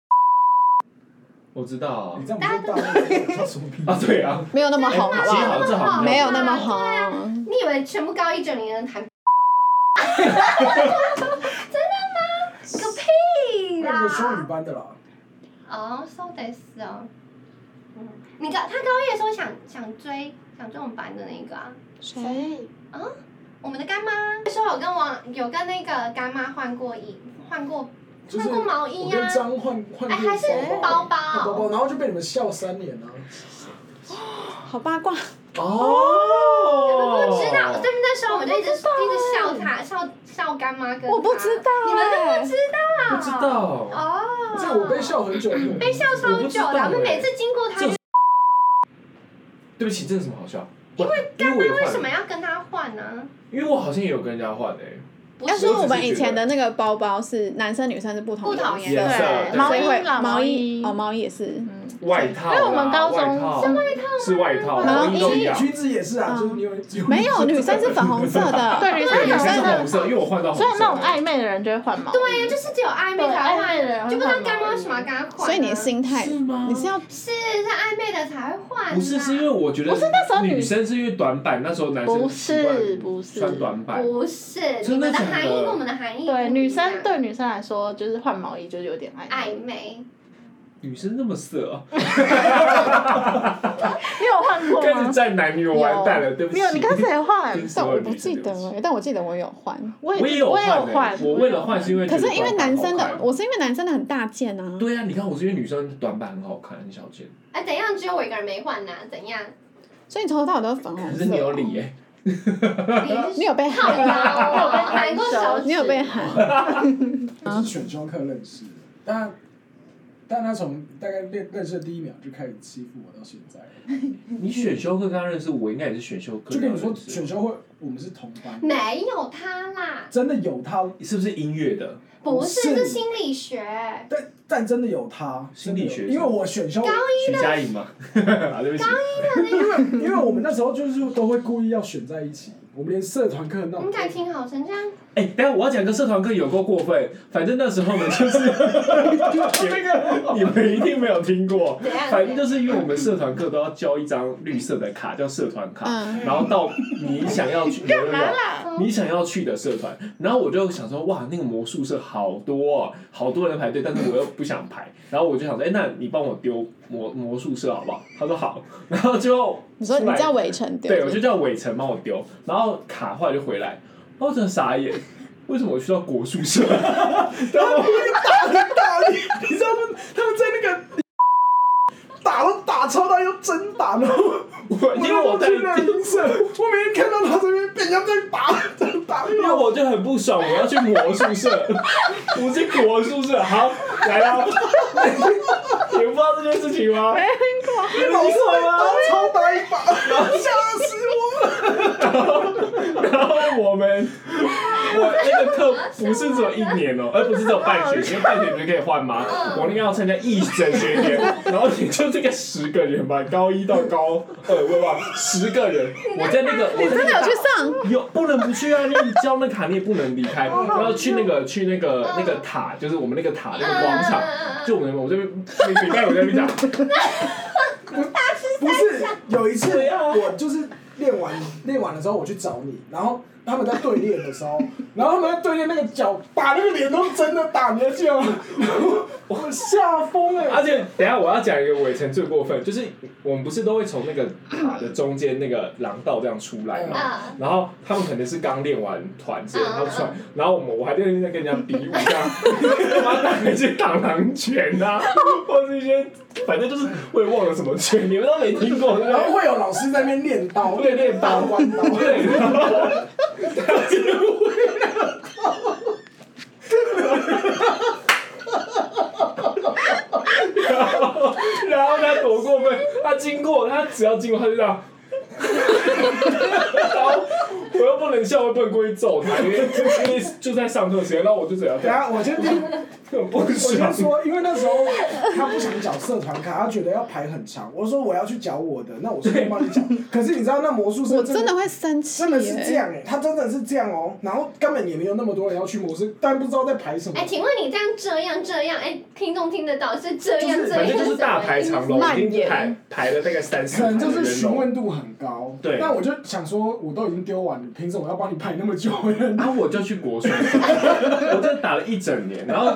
Speaker 4: 我知道啊
Speaker 2: 你，这样不是大家他什么屁
Speaker 4: 啊对啊，
Speaker 5: 没有那么红，好
Speaker 4: 哎
Speaker 5: 不
Speaker 4: 其实
Speaker 5: 好？
Speaker 4: 好像正好
Speaker 5: 没有那么红。
Speaker 3: 啊你以为全部高一整年人谈？ 真的吗？个屁
Speaker 2: 那个双语
Speaker 3: 啦！
Speaker 2: 班的啦，
Speaker 3: 哦，so this 哦，嗯，你高他高一的时候想想追想追我们班的那个啊，
Speaker 5: 谁？
Speaker 3: 我们的干妈那时候有跟王有跟那个干妈换过衣换过
Speaker 2: 就是
Speaker 3: 换过毛衣
Speaker 2: 我
Speaker 3: 啊
Speaker 2: 跟，张换换
Speaker 3: 哎还是
Speaker 2: 过
Speaker 3: 包
Speaker 2: 包换包
Speaker 3: 包
Speaker 2: 包，然后就被你们笑三年啊。
Speaker 5: 好八卦，
Speaker 4: 哦，
Speaker 3: 不知道，对不对？那时候我们就一直一直笑他笑笑干妈跟
Speaker 5: 我不
Speaker 3: 他
Speaker 5: 知道
Speaker 3: 你们都
Speaker 5: 哎
Speaker 3: 不知道，
Speaker 4: 不知道。
Speaker 3: 哦，
Speaker 2: 这个我被笑很久了，
Speaker 3: 被笑超
Speaker 4: 我不知
Speaker 3: 久
Speaker 4: 道
Speaker 3: 的，我们
Speaker 4: 哎
Speaker 3: 每次经过他就
Speaker 4: 这对不起，这有什么好笑？因为因为我也
Speaker 3: 为
Speaker 4: 换
Speaker 3: 什么要跟他换呢？
Speaker 4: 因为我好像也有跟人家换欸诶、
Speaker 3: 不
Speaker 5: 要
Speaker 3: 是
Speaker 5: 说我们以前的那个包包是男生女生是不同
Speaker 3: 不同
Speaker 5: 颜
Speaker 4: 颜色
Speaker 5: 色，
Speaker 4: 对
Speaker 1: 毛
Speaker 5: 所以
Speaker 1: 衣
Speaker 5: 会
Speaker 1: 啦，
Speaker 5: 毛
Speaker 1: 衣。
Speaker 5: 哦，毛衣也是。
Speaker 1: 嗯。
Speaker 4: 外套啦。啊
Speaker 1: 因为我们高中
Speaker 4: 外套
Speaker 1: 是
Speaker 4: 外套是外套，啊
Speaker 5: 然后
Speaker 4: 毛衣都一样。
Speaker 2: 裙子也是啊，就是你
Speaker 3: 嗯
Speaker 2: 有
Speaker 5: 没有，女生是粉红色的。
Speaker 1: 对，女
Speaker 4: 对
Speaker 1: 生
Speaker 4: 女
Speaker 1: 有
Speaker 4: 生是
Speaker 1: 分
Speaker 4: 红色，因为我换到红
Speaker 1: 所
Speaker 4: 色
Speaker 1: 以
Speaker 4: 了。
Speaker 1: 那种暧昧的人就会换毛。
Speaker 3: 对呀，就是只有暧昧才
Speaker 1: 对暧昧的人
Speaker 3: 换，
Speaker 1: 会
Speaker 3: 就不知道
Speaker 1: 换
Speaker 3: 干妈
Speaker 1: 嘛
Speaker 3: 为什么要跟他换啊。
Speaker 5: 所以你的心态，
Speaker 4: 是吗
Speaker 5: 你是要
Speaker 3: 是是暧昧的才会换啊，
Speaker 4: 不是，是因为我觉得
Speaker 1: 不是那时候女
Speaker 4: 女生是因为短版，那时候男生
Speaker 1: 不是
Speaker 4: 习惯
Speaker 1: 不是
Speaker 4: 穿短版，
Speaker 3: 不是你
Speaker 4: 真的
Speaker 3: 们
Speaker 4: 假
Speaker 3: 的
Speaker 4: 的
Speaker 3: 含义跟我们的含义不一
Speaker 1: 对，
Speaker 3: 样
Speaker 1: 女生对女生来说，就是换毛衣就是有点暧昧。
Speaker 3: 暧昧，
Speaker 4: 女生那么色、啊，
Speaker 1: 你有换过
Speaker 4: 开
Speaker 1: 吗
Speaker 4: 始？站男女，我完蛋了，对不起。
Speaker 1: 没有，你跟谁换？
Speaker 4: 跟所
Speaker 5: 但
Speaker 4: 有
Speaker 5: 我
Speaker 4: 女生
Speaker 5: 不记得
Speaker 4: 对不
Speaker 5: 哎、
Speaker 4: 起
Speaker 5: 但我记得我有换。
Speaker 1: 我
Speaker 4: 我也有
Speaker 1: 我也有
Speaker 4: 换、
Speaker 1: 换。
Speaker 4: 欸，我为了换是因为
Speaker 5: 可
Speaker 4: 觉
Speaker 5: 是
Speaker 4: 得
Speaker 5: 因为
Speaker 4: 短版
Speaker 5: 男生
Speaker 4: 好
Speaker 5: 的
Speaker 4: 看，
Speaker 5: 我是因为男生的很大件啊。
Speaker 4: 对啊，你看我是因为女生短版很好看，很小件，
Speaker 3: 哎，怎样？只有我一个人没换呐？怎样？
Speaker 5: 所以你从头到尾都是粉红
Speaker 2: 嗯
Speaker 4: 可
Speaker 5: 色。
Speaker 4: 是你有理耶、
Speaker 5: 你有被
Speaker 3: 靠
Speaker 5: 喊
Speaker 3: 腰啊，
Speaker 1: 被
Speaker 3: 含过手指，
Speaker 5: 你有被喊？
Speaker 2: 就是选修课认识的，但但他从大概认认识的第一秒就开始欺负我，到现在。
Speaker 4: 你选修课刚认识我，应该也是选修课
Speaker 2: 就
Speaker 4: 刚
Speaker 2: 跟
Speaker 4: 认
Speaker 2: 你
Speaker 4: 识。
Speaker 2: 说，选修会我们是同班，
Speaker 3: 没有他啦，
Speaker 2: 真的有他，
Speaker 4: 是不是音乐的？
Speaker 3: 不是，
Speaker 2: 不是
Speaker 3: 是心理学。
Speaker 2: 但但真的有他，
Speaker 4: 心理学
Speaker 2: 真的有因为我选修，
Speaker 4: 徐佳莹吗？ 啊，对不起，
Speaker 2: 因为因为我们那时候就是都会故意要选在一起，我们连社团课那
Speaker 3: 你
Speaker 2: 种，
Speaker 3: 感情好成这样，
Speaker 4: 哎、等一下我要讲个社团课有够过分，反正那时候呢就是
Speaker 2: 那个
Speaker 4: 你们一定没有听 过
Speaker 3: 怎样，
Speaker 4: 反正就是因为我们社团课都要交一张绿色的卡，叫社团卡，
Speaker 5: 嗯，
Speaker 4: 然后到你想 要去有有有
Speaker 1: 啦？
Speaker 4: 你想要去的社团，然后我就想说，哇，那个魔术社好多、哦，好多人排队，但是我又不想排，然后我就想说，哎、那你帮我丢魔魔术社好不好？他说好，然后就
Speaker 5: 你说你
Speaker 4: 出来
Speaker 5: 叫伟成
Speaker 4: 对，我
Speaker 5: 对
Speaker 4: 就叫伟成帮我丢，然后卡后来就回来，然后我真的傻眼，为什么我去到国术社？ 然后
Speaker 2: 打的打的，你知道他们他们在那个打都打超到又真打，然后
Speaker 4: 我因为我
Speaker 2: 我
Speaker 4: 在，
Speaker 2: 去那音社，我每天看到他这边被人家在打在打，
Speaker 4: 因为我就很不爽，我要去魔术社，不是国术社，好来啦， 你们不知道这件事情吗？啊
Speaker 2: 老师被打超打一把，吓死我了。
Speaker 4: 然后我们我那个课不是只有一年哦、而不是只有半学期，因为半学期可以换嘛。我那个要参加一整学年，然后你就这个十个人吧，高一到高二，对吧？十个人，我在那个我在
Speaker 5: 真的
Speaker 4: 那
Speaker 5: 有
Speaker 4: 个
Speaker 5: 去上？
Speaker 4: 有不能不去啊！你交那卡你也不能离开，然后去那个去那个那个塔，就是我们那个塔那个广场，就我们我这边你你看我这边讲，
Speaker 2: 不是有一次
Speaker 4: 啊
Speaker 2: 我就是练完练完了之后，我去找你，然后他们在对练的时候， 然后他们在对练那个脚把那个脸都真的打，你还记得吗？ 我吓疯
Speaker 4: 而
Speaker 2: 了。
Speaker 4: 且等一下我要讲一个伟成最过分，就是我们不是都会从那个塔的中间那个廊道这样出来嘛，
Speaker 3: 啊，
Speaker 4: 然后他们可能是刚练完团之类的，然后出来，然后我们我还在那边跟人家比武这样， 然后打一些螳螂拳啊，或是一些反正就是我也忘了什么拳，你们都没听过，然
Speaker 2: 然
Speaker 4: 后
Speaker 2: 后会有老师在那边练刀，
Speaker 4: 对练刀
Speaker 2: 弯刀，
Speaker 4: 对，然后然后他躲过分，他经过，他只要经过他就这样。然后我又不能笑，我又不能故意揍他，因为因为就在上课时间，然后我就只要
Speaker 2: 等一下啊我先听，
Speaker 4: 很不
Speaker 2: 我先。
Speaker 4: 爽
Speaker 2: 说，因为那时候他不想缴社团卡，他觉得要排很长。我说我要去缴我的，那我顺便帮你 缴。可是你知道那魔术师
Speaker 5: 我真的会生气
Speaker 2: 真的是这
Speaker 5: 耶！
Speaker 2: 样哎、他真的是这样哦、然后根本也没有那么多人要去模式，但不知道在排什么
Speaker 3: 哎，。请问你这样这样这样，哎，听众听得到是这样
Speaker 2: 就是
Speaker 3: 这样，
Speaker 4: 反正就是大排长龙，
Speaker 5: 蔓
Speaker 4: 已
Speaker 5: 延
Speaker 4: 经排排了大概三四
Speaker 2: 可
Speaker 4: 排
Speaker 2: 能
Speaker 4: 的
Speaker 2: 就是
Speaker 4: 人
Speaker 2: 询
Speaker 4: 龙。
Speaker 2: 问度很高，
Speaker 4: 对
Speaker 2: 那我就想说，我都已经丢完，你凭什么要帮你排那么久呢？
Speaker 4: 然后我就去国术，我就打了一整年，然后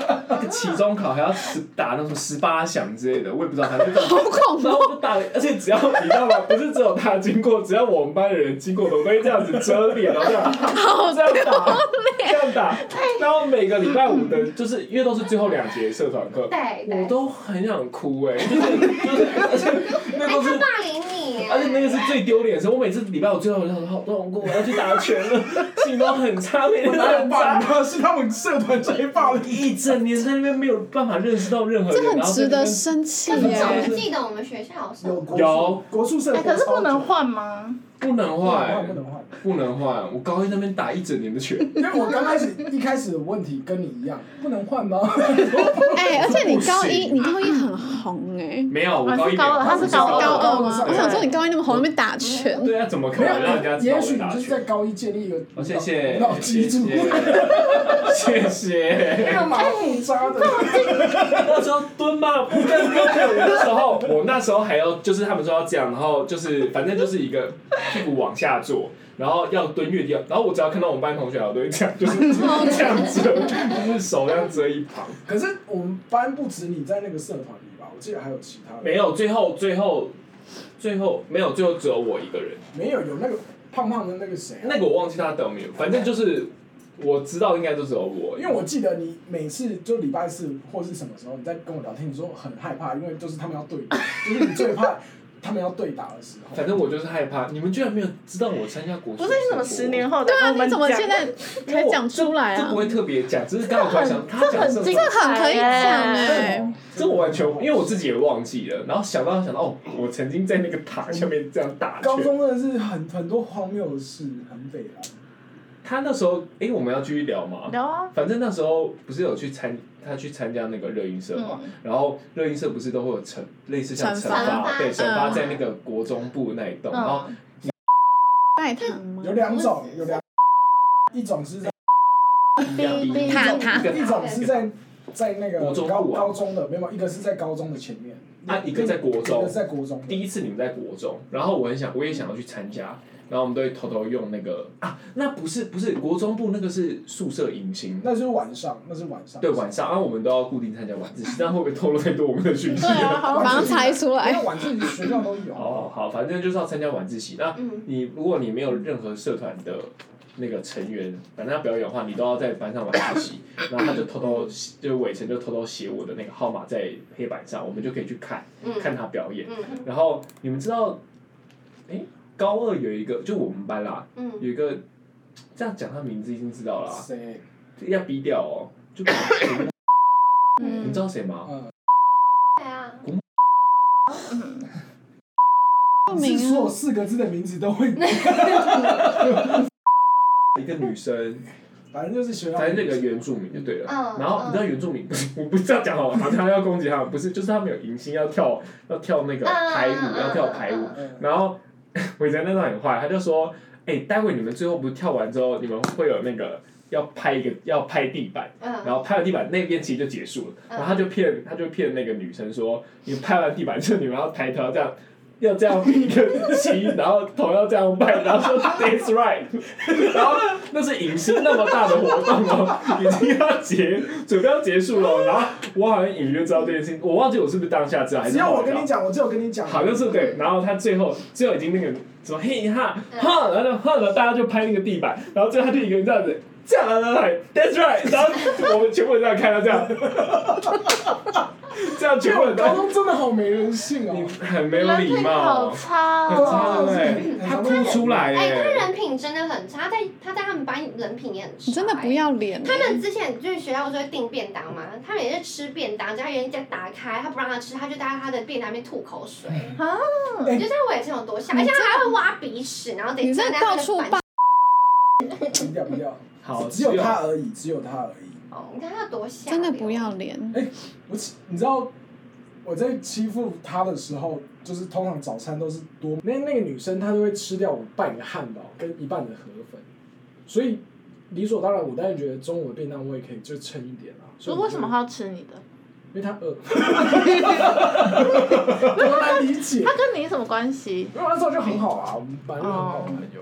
Speaker 4: 期中考还要十打那种十八响之类的，我也不知道他就好恐怖。然后我就打了，而且只要你知道吗？不是只有他经过，只要我们班的人经过，我都会这样子遮脸，然后这样这样打，这样打。然后每个礼拜五的，就是因为都是最后两节社团课，
Speaker 3: 对对
Speaker 4: 我都很想哭哎、就是就是，而且那都是
Speaker 3: 他霸凌你，
Speaker 4: 而且那个是最丢脸的时候，我每次礼拜五最后我就想说好痛苦，我要去打拳了，心情都很差，每天
Speaker 2: 我
Speaker 4: 都
Speaker 2: 哪有
Speaker 4: 很
Speaker 2: 霸
Speaker 4: 差。
Speaker 2: 凌他？是他们社团谁霸凌？
Speaker 4: 一整年在那边没有办法认识到任何人，
Speaker 5: 这很
Speaker 4: 然后在
Speaker 5: 值
Speaker 4: 那边
Speaker 5: 得生气
Speaker 3: 可是
Speaker 5: 耶！
Speaker 3: 总记得我们学校有什么
Speaker 2: 国
Speaker 4: 有
Speaker 2: 国术社
Speaker 1: 哎、
Speaker 2: 团
Speaker 1: 可是不能
Speaker 2: 超久
Speaker 1: 换吗？
Speaker 4: 不能
Speaker 2: 不能换，
Speaker 4: 换
Speaker 2: 不，能换。
Speaker 4: 不能换。我高一那边打一整年的拳，
Speaker 2: 因为我刚开始一开始的问题跟你一样，不能换吗？
Speaker 5: 哎，而且你高
Speaker 4: 不
Speaker 5: 一，
Speaker 4: 行
Speaker 5: 你高一很红哎。
Speaker 4: 没有，我
Speaker 1: 啊
Speaker 4: 高一
Speaker 1: 是
Speaker 4: 没有
Speaker 1: 高二，他是高
Speaker 5: 高
Speaker 1: 二。
Speaker 5: 二吗？
Speaker 2: 对
Speaker 5: 我想说你高一那么红，那边打拳，
Speaker 4: 对啊，怎么可
Speaker 2: 没
Speaker 4: 能让
Speaker 2: 有
Speaker 4: 人家，知道
Speaker 2: 也
Speaker 4: 我
Speaker 2: 许你
Speaker 4: 打
Speaker 2: 就是在
Speaker 4: 拳？
Speaker 2: 高一建立一个
Speaker 4: 哦，谢谢，
Speaker 2: 老
Speaker 4: 谢
Speaker 2: 基
Speaker 4: 谢
Speaker 2: 础，，
Speaker 4: 谢 谢。
Speaker 2: 干嘛
Speaker 3: 哎
Speaker 2: 不渣的？
Speaker 4: 那时候蹲嘛，不跟不跟。我那时候，我那时候还要，就是他们说要这样，然后就是反正就是一个屁股往下坐，然后要蹲越低，然后我只要看到我们班同学，我都会这样，就是这样折，就是手这样折一旁。
Speaker 2: 可是我们班不止你在那个社团里吧？我记得还有其他人。
Speaker 4: 没有，最后最后最后没有，最后只有我一个人。
Speaker 2: 没有，有那个胖胖的那个谁啊、
Speaker 4: 那个我忘记他的名，反正就是我知道应该就只有我，
Speaker 2: 因为我记得你每次就礼拜四或是什么时候，你在跟我聊天，你说很害怕，因为就是他们要对 打，就是你最怕 他们要对打的时候。
Speaker 4: 反正我就是害怕，你们居然没有知道我参加国
Speaker 1: 不
Speaker 4: 术。
Speaker 1: 是你怎么十年后的？
Speaker 5: 对啊，
Speaker 1: 我们
Speaker 5: 你怎么
Speaker 1: 讲
Speaker 5: 现在才讲出来
Speaker 4: 这
Speaker 5: 啊
Speaker 4: 不？会特别讲，只是刚好突然想，他讲
Speaker 1: 很
Speaker 4: 什
Speaker 1: 精
Speaker 4: 么
Speaker 1: 彩？欸
Speaker 5: 很可以讲哎
Speaker 1: 耶。
Speaker 4: 这我完全，因为我自己也忘记了，然后想到想到，哦，我曾经在那个塔下面这样打
Speaker 2: 高
Speaker 4: 拳。
Speaker 2: 中真的是很很多荒谬的事，很北啊。
Speaker 4: 他那时候，哎，我们要继续聊
Speaker 2: 嗯
Speaker 4: 吗？
Speaker 1: 聊啊，
Speaker 4: 反正那时候不是有去参，他去参加那个热音
Speaker 1: 嗯
Speaker 4: 社嘛，
Speaker 2: 嗯
Speaker 4: 然后热音社不是都会有惩，类似像惩
Speaker 5: 惩
Speaker 3: 罚
Speaker 4: 罚，对，
Speaker 3: 嗯
Speaker 4: 惩罚在那个国中部那一栋，然后
Speaker 1: 嗯，
Speaker 5: 拜堂啊吗
Speaker 2: 有？两种，有两，一种是在
Speaker 4: 一样一样
Speaker 5: 嗯塔
Speaker 4: 一
Speaker 5: 塔
Speaker 4: 个
Speaker 2: 一种是在在那个
Speaker 4: 国中部
Speaker 2: 高
Speaker 4: 啊
Speaker 2: 高中的，没有，一个是在高中的前面，
Speaker 4: 啊一个在国中
Speaker 2: 一个是在国中的。
Speaker 4: 第一次你们在国中，然后我很想，我也想要去参加，然后我们都会偷偷用那个啊，那不是不是国中部那个是宿舍迎新，
Speaker 2: 那是晚上，那是晚上。
Speaker 4: 对，晚上，啊，我们都要固定参加晚自习， 但会不会透露太多我们的讯
Speaker 1: 嗯
Speaker 4: 息？
Speaker 5: 对啊，好 像马上猜出
Speaker 2: 因
Speaker 5: 来
Speaker 2: 为。晚自习学校都有。
Speaker 4: 哦，好，反正就是要参加晚自习。那
Speaker 3: 嗯，
Speaker 4: 你如果你没有任何社团的那个成员，反正要表演的话，你都要在班上晚自习。然后他就偷偷，就伟成就偷偷写我的那个号码在黑板上，我们就可以去看
Speaker 3: 嗯
Speaker 4: 看他表演。
Speaker 3: 嗯
Speaker 4: 然后你们知道，哎，高二有一个，就我们班啦，
Speaker 3: 嗯，
Speaker 4: 有一个这样讲他名字已经知道了啊，
Speaker 2: 谁？
Speaker 4: 要逼掉哦。就
Speaker 1: 嗯
Speaker 4: 你知道谁吗？
Speaker 2: 嗯，
Speaker 3: 对啊，
Speaker 5: 报
Speaker 2: 是
Speaker 5: 名
Speaker 2: 所有
Speaker 5: 啊，
Speaker 2: 四个字的名字都会。
Speaker 4: 一个女生，
Speaker 2: 反正就是学到
Speaker 4: 反正那个原住民就对了。啊
Speaker 3: 嗯
Speaker 4: 然后你知道原住民， 我不知道讲好了，好像要攻击他们，不是，就是他们有迎新要跳 要跳那个排舞，
Speaker 3: 嗯嗯
Speaker 4: 要跳排舞。
Speaker 2: 嗯
Speaker 4: 然后 伟哲那时候很坏，他就说：“哎、待会你们最后不是跳完之后，你们会有那个要拍一个要拍地板，
Speaker 3: 嗯
Speaker 4: 然后拍完地板那边其实就结束了。”然后他就骗他就骗那个女生说：“你拍完地板之后，你们要抬头要这样。”要这样比一个旗，然后头要这样摆，然后说 That's right，然后那是影星那么大的活动哦，已经要结，准备要结束了，哦然后我好像隐约知道这件事情，我忘记我是不是当下知道还是
Speaker 2: 只有
Speaker 4: 后来
Speaker 2: 我
Speaker 4: 知道
Speaker 2: 跟你讲，我只有跟你讲，
Speaker 4: 好像是对，然后他最后最后已经那个什么嘿哈哈，然后就哈了，大家就拍那个地板，然后最后他就一个人这样子，这样来来来，That's right，然后我们全部人这样看他这样，这样全部
Speaker 2: 我
Speaker 4: 人
Speaker 2: 高
Speaker 4: 都
Speaker 2: 中真的好没人性哦
Speaker 4: 你。很没有
Speaker 1: 人
Speaker 4: 礼
Speaker 1: 品
Speaker 4: 貌
Speaker 1: 好，差
Speaker 4: 很
Speaker 1: 哦。
Speaker 4: 差
Speaker 2: 嗯
Speaker 4: 对，他哭出来
Speaker 3: 哎、他
Speaker 4: 哎，
Speaker 3: 人品真的很差，他在他在他们班人品也很差、
Speaker 5: 你真的不
Speaker 3: 哎
Speaker 5: 要脸欸。
Speaker 3: 他们之前就是学校不是会订便当嘛，他们也是吃便当，只要人家打开，他不让他吃，他就在他的便当里面吐口水。
Speaker 1: 啊
Speaker 3: 你就知道我也是有多
Speaker 4: 嗯
Speaker 3: 像，而且他还会挖鼻屎，然后得
Speaker 5: 你
Speaker 3: 站在
Speaker 5: 在到
Speaker 3: 他的
Speaker 5: 处
Speaker 3: 板
Speaker 5: 霸
Speaker 2: 低调低调，
Speaker 4: 好，
Speaker 2: 只有他而已，只有他而已。
Speaker 3: 哦，你看他有多像。
Speaker 5: 真的不要脸。
Speaker 2: 我起你知道我在欺负他的时候，就是通常早餐都是多那那个女生她就会吃掉我半个汉堡跟一半的河粉，所以理所当然，我当然觉得中午的便当我也可以就撑一点啊。
Speaker 1: 所
Speaker 2: 所以
Speaker 1: 以
Speaker 2: 我
Speaker 1: 为
Speaker 2: 就
Speaker 1: 什么？他要吃你的？
Speaker 2: 因为他饿， 多难理解。
Speaker 1: 他跟你什么关系？
Speaker 2: 因为那时候就很好啊，我们本来就很好的朋友。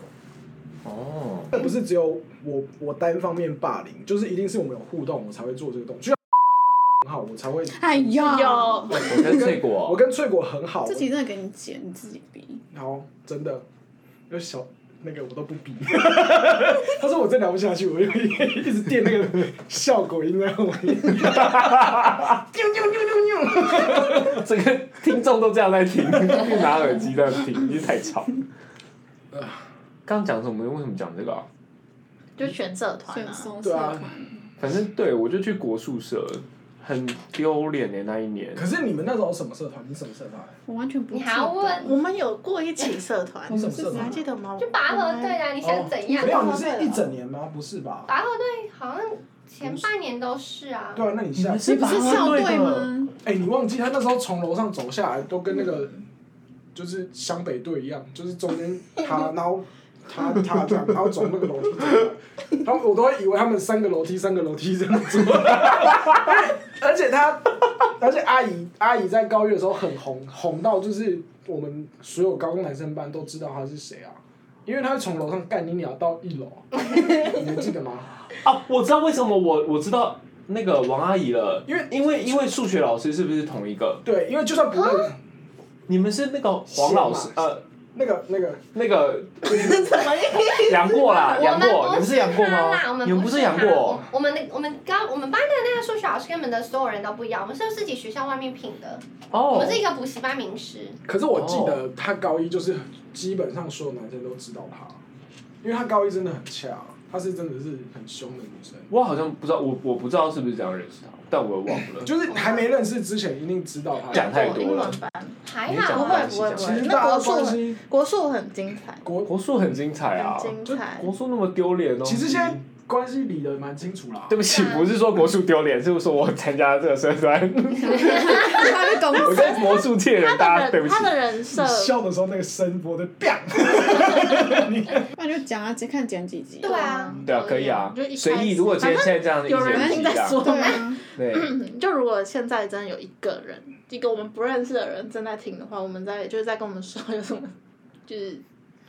Speaker 4: 哦，
Speaker 2: 这不是只有我我单方面霸凌，就是一定是我们有互动，我才会做这个动作。就像 很好，我才会。
Speaker 5: 哎呀，
Speaker 1: 有，
Speaker 4: 我跟翠
Speaker 2: 我
Speaker 1: 哦
Speaker 4: 果，
Speaker 2: 跟翠果很好，
Speaker 5: 自己真的给你剪，你自己逼。
Speaker 2: 好，真的，就小那个我都不比。 他说我真聊不下去，我就一直垫那个效果音在后面。
Speaker 4: 这个听众都这样在听，一拿耳机在听，因为太吵。刚讲什么？为什么讲这个啊？
Speaker 1: 就选社团
Speaker 5: 选
Speaker 1: 啊。
Speaker 5: 松社
Speaker 2: 对啊
Speaker 5: 团，
Speaker 4: 反正对我就去国宿舍，很丢脸的那一年。
Speaker 2: 可是你们那时候什么社团？你什么社团？
Speaker 5: 我完全不记
Speaker 3: 你
Speaker 5: 得。
Speaker 3: 还要问？
Speaker 1: 我们有过一起社 团，
Speaker 2: 你什么社
Speaker 1: 你还
Speaker 2: 团？
Speaker 1: 记得吗？
Speaker 3: 就拔河队
Speaker 4: 哦
Speaker 3: 啊，你想怎样
Speaker 2: 哦没？有，你是一整年吗？不是吧？
Speaker 3: 拔河队好像前半年都是啊。
Speaker 2: 对啊，那你下，
Speaker 5: 你不是校队吗？
Speaker 2: 哎、你忘记他那时候从楼上走下来，都跟那个就是湘北队一样，就是中间他，然后他他这样，然后走那个楼梯走下来，他们我都会以为他们三个楼梯三个楼梯这样走， 而且他，而且阿姨阿姨在高一的时候很红，红到就是我们所有高中男生班都知道他是谁啊，因为他会从楼上干你鸟到一楼，啊你还记得吗？
Speaker 4: 哦，我知道为什么我我知道那个王阿姨了，因为因为因为数学老师是不是同一个？
Speaker 2: 对，因为就算不认
Speaker 4: 你们是那个黄老师
Speaker 2: 是嘛
Speaker 4: 呃
Speaker 2: 那个那个
Speaker 4: 那个杨过啦，
Speaker 3: 我
Speaker 4: 杨
Speaker 3: 们
Speaker 4: 啊过，你
Speaker 3: 不
Speaker 4: 们是杨过
Speaker 3: 他啦，我
Speaker 4: 吗？
Speaker 3: 们
Speaker 4: 你们不是杨
Speaker 3: 他
Speaker 4: 过
Speaker 3: 我？我们的我们刚我们班的那个数学老师跟我们的所有人都不一样，我们是自己学校外面聘的，我
Speaker 4: 哦
Speaker 3: 们，是一个补习班名师。
Speaker 2: 可是我记
Speaker 1: 哦
Speaker 2: 得他高一就是基本上所有男生都知道他，因为他高一真的很恰，她是真的是很凶的女生，
Speaker 4: 我好像不知道，我我不知道是不是这样认识他，但我忘了。
Speaker 2: 就是还没认识之前一定知道她。
Speaker 4: 讲太
Speaker 1: 我
Speaker 4: 多
Speaker 1: 英
Speaker 4: 了
Speaker 1: 文，班
Speaker 3: 还
Speaker 4: 你
Speaker 1: 不
Speaker 3: 好
Speaker 4: 讲
Speaker 1: 会
Speaker 3: 啊，
Speaker 1: 不会不
Speaker 2: 其
Speaker 1: 会，
Speaker 2: 实
Speaker 1: 那
Speaker 2: 大
Speaker 1: 国
Speaker 2: 家
Speaker 1: 术
Speaker 2: 关
Speaker 1: 很
Speaker 2: 系
Speaker 1: 国术很精彩，
Speaker 2: 国，
Speaker 4: 国术很精彩啊，
Speaker 1: 很精彩
Speaker 4: 国。术那么丢脸哦。
Speaker 2: 其实现在关系理得蛮清楚啦。
Speaker 4: 对不起，
Speaker 3: 啊
Speaker 4: 不是说国术丢脸，是说我参加这个社团，
Speaker 5: 他被 攻
Speaker 4: 我
Speaker 5: 击。
Speaker 4: 跟魔术界人，
Speaker 1: 他
Speaker 4: 大家对
Speaker 1: 的人
Speaker 4: 不起
Speaker 1: 他。的人设
Speaker 2: 你笑的时候那个声波的 bang，
Speaker 5: 那就讲啊，直接看剪几集。
Speaker 3: 对啊，
Speaker 4: 对啊，可以啊
Speaker 1: 就一，开
Speaker 4: 随意。
Speaker 1: 始
Speaker 4: 如果今天现在这样，一
Speaker 1: 有人
Speaker 4: 人
Speaker 1: 听
Speaker 4: 一
Speaker 1: 在
Speaker 4: 样，
Speaker 1: 说
Speaker 5: 对
Speaker 1: 吗？
Speaker 5: 啊，
Speaker 4: 对，
Speaker 1: 就如果现在真的有一个人，一个我们不认识的人正在听的话，我们在就是在跟我们说有什么就是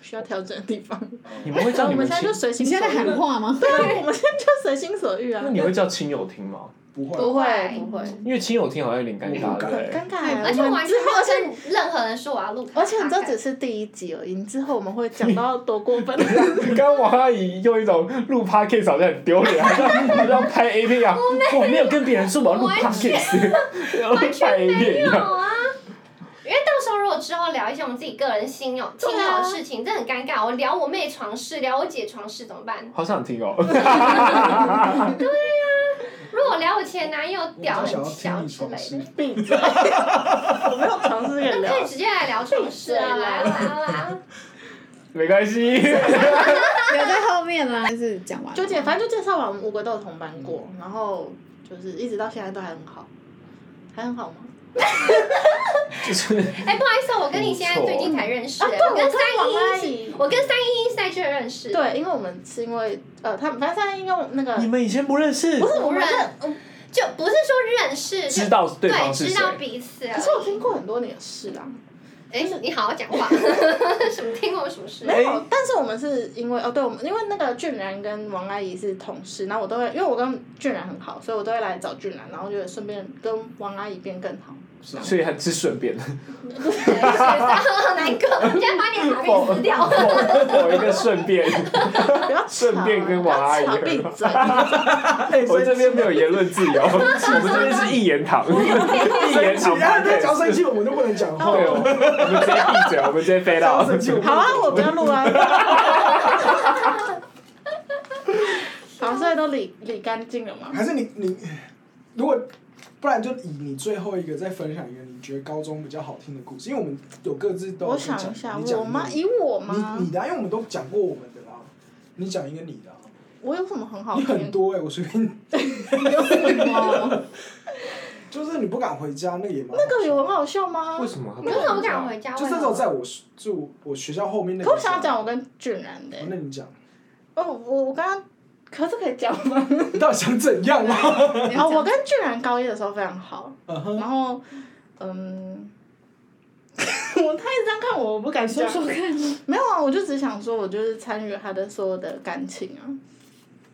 Speaker 1: 需要调整的地方，
Speaker 4: 你们会
Speaker 1: 然
Speaker 4: 叫
Speaker 1: 后
Speaker 4: 你
Speaker 1: 我们现在
Speaker 4: 们亲
Speaker 1: 就，随心
Speaker 5: 你
Speaker 1: 所
Speaker 5: 现在在
Speaker 1: 欲
Speaker 5: 喊
Speaker 1: 了。
Speaker 5: 话吗？
Speaker 1: 对 啊，我们现在就随心所欲啊
Speaker 4: 那，你会叫亲友听吗？
Speaker 2: 不会
Speaker 1: 不会不会，
Speaker 4: 因为亲友听好像有点尴尬，
Speaker 2: 我不敢
Speaker 4: 对不对？
Speaker 1: 尴尬啊。
Speaker 3: 而且我完全没
Speaker 1: 而且
Speaker 3: 有跟任何人说我要录，
Speaker 1: 而且这只是第一集而已，之后我们会讲到多过分。
Speaker 4: 刚刚王阿姨用一种录 podcast 好像很丢脸， 好像好像拍 A 片一样，我没有跟别人说我要录 podcast，然后
Speaker 3: 完
Speaker 4: 拍
Speaker 3: 全
Speaker 4: A 片
Speaker 3: 没
Speaker 4: 一
Speaker 3: 有
Speaker 4: 样。
Speaker 3: 啊。因为到时候如果之后聊一些我们自己个人心友、
Speaker 1: 啊
Speaker 3: 亲友的事情，这很尴尬。我聊我妹床事，聊我姐床事怎么办？
Speaker 4: 好想听哦！
Speaker 1: 啊
Speaker 3: 如果聊我前男友
Speaker 2: 我比
Speaker 3: 屌
Speaker 2: 较
Speaker 3: 很
Speaker 2: 想要听你
Speaker 3: 小之
Speaker 2: 床
Speaker 3: 类
Speaker 2: 事
Speaker 3: 的，。
Speaker 1: 闭嘴！我没有尝试跟你
Speaker 3: 那
Speaker 1: 聊
Speaker 3: 可以。直接来聊床事啊！
Speaker 1: 闭嘴
Speaker 3: 来啊来啊来啊！
Speaker 4: 没关系，
Speaker 5: 留在后面啦。但是讲完了
Speaker 1: 纠结，反正就介绍完，我们五个都有同班过，然后就是一直到现在都还很好，还很好吗？
Speaker 4: 就是
Speaker 3: 哎，不好意思哦，我跟你现在最近才认识，
Speaker 1: 啊，
Speaker 3: 哎
Speaker 1: 对，
Speaker 3: 我跟
Speaker 1: 我跟王阿
Speaker 3: 三一一起，
Speaker 1: 姨，
Speaker 3: 我跟三一一赛区认识，，
Speaker 1: 对，因为我们是因为呃，他们反正三一因为那个
Speaker 6: 你们以前不认识
Speaker 1: 不，是我
Speaker 3: 不
Speaker 1: 们
Speaker 3: 认
Speaker 1: 是，嗯
Speaker 3: 就不是说认识，就
Speaker 6: 知道对
Speaker 3: 对
Speaker 6: 方是
Speaker 3: 知
Speaker 6: 谁
Speaker 3: 道？彼此而已。
Speaker 1: 可是我听过很多年的事啊啦，
Speaker 3: 哎，你好好讲 话，什么听过什么事？
Speaker 1: 没有，但是我们是因为哦，对，我们因为那个俊然跟王阿姨是同事，然后我都会，因为我跟俊然很好，所以我都会来找俊然，然后就顺便跟王阿姨变更好。
Speaker 6: 所以还是顺便的，
Speaker 3: 好难过，人家把 你的卡片撕掉。
Speaker 6: 我一个顺 便，
Speaker 1: 不要吵啊
Speaker 6: 顺便跟王阿姨
Speaker 1: 不要吵闭嘴。
Speaker 2: 哎
Speaker 6: 我这边没有言论自由， 我们这边是一言堂， 一言堂
Speaker 2: 只要他只要
Speaker 6: podcast。
Speaker 2: 生气，我们就不能讲话。
Speaker 6: 对，我我们直接闭嘴，我们直接飞
Speaker 2: 只要
Speaker 6: 到。
Speaker 2: 生气，我们
Speaker 1: 好啊，我不要录啊。好，所以都理理干净了嘛。
Speaker 2: 还是你你，如果不然就以你最后一个再分享一个你觉得高中比较好听的故事，因为我们有各自都
Speaker 1: 我
Speaker 2: 有去
Speaker 1: 想
Speaker 2: 讲
Speaker 1: 一下，
Speaker 2: 你讲
Speaker 1: 我吗？
Speaker 2: 一
Speaker 1: 以我
Speaker 2: 个你
Speaker 1: 吗
Speaker 2: 你？的啊、因为我们都讲过我们的啦。你讲一个你的啊、
Speaker 1: 我有什么很好
Speaker 2: 你
Speaker 1: 听？
Speaker 2: 很多哎、我随便，
Speaker 1: 有什
Speaker 5: 哦
Speaker 1: 么？
Speaker 2: 就是你不敢回家那个也蛮
Speaker 1: 那个有很好笑吗？
Speaker 4: 为什么他
Speaker 3: 你为什么不敢回家？
Speaker 2: 就是那时候在我住我学校后面那个。
Speaker 1: 可我想要讲我跟俊然的、
Speaker 2: 哦，那你讲，
Speaker 1: 哦，我我刚刚可是可以讲吗？
Speaker 2: 你到底想怎样啊？
Speaker 1: 哦，我跟俊然高一的时候非常好，
Speaker 2: 嗯哼
Speaker 1: 然后嗯， 我他一直这样看我，我不敢
Speaker 5: 说
Speaker 1: 讲。
Speaker 5: 说看，
Speaker 1: 没有啊，我就只想说，我就是参与他的所有的感情啊。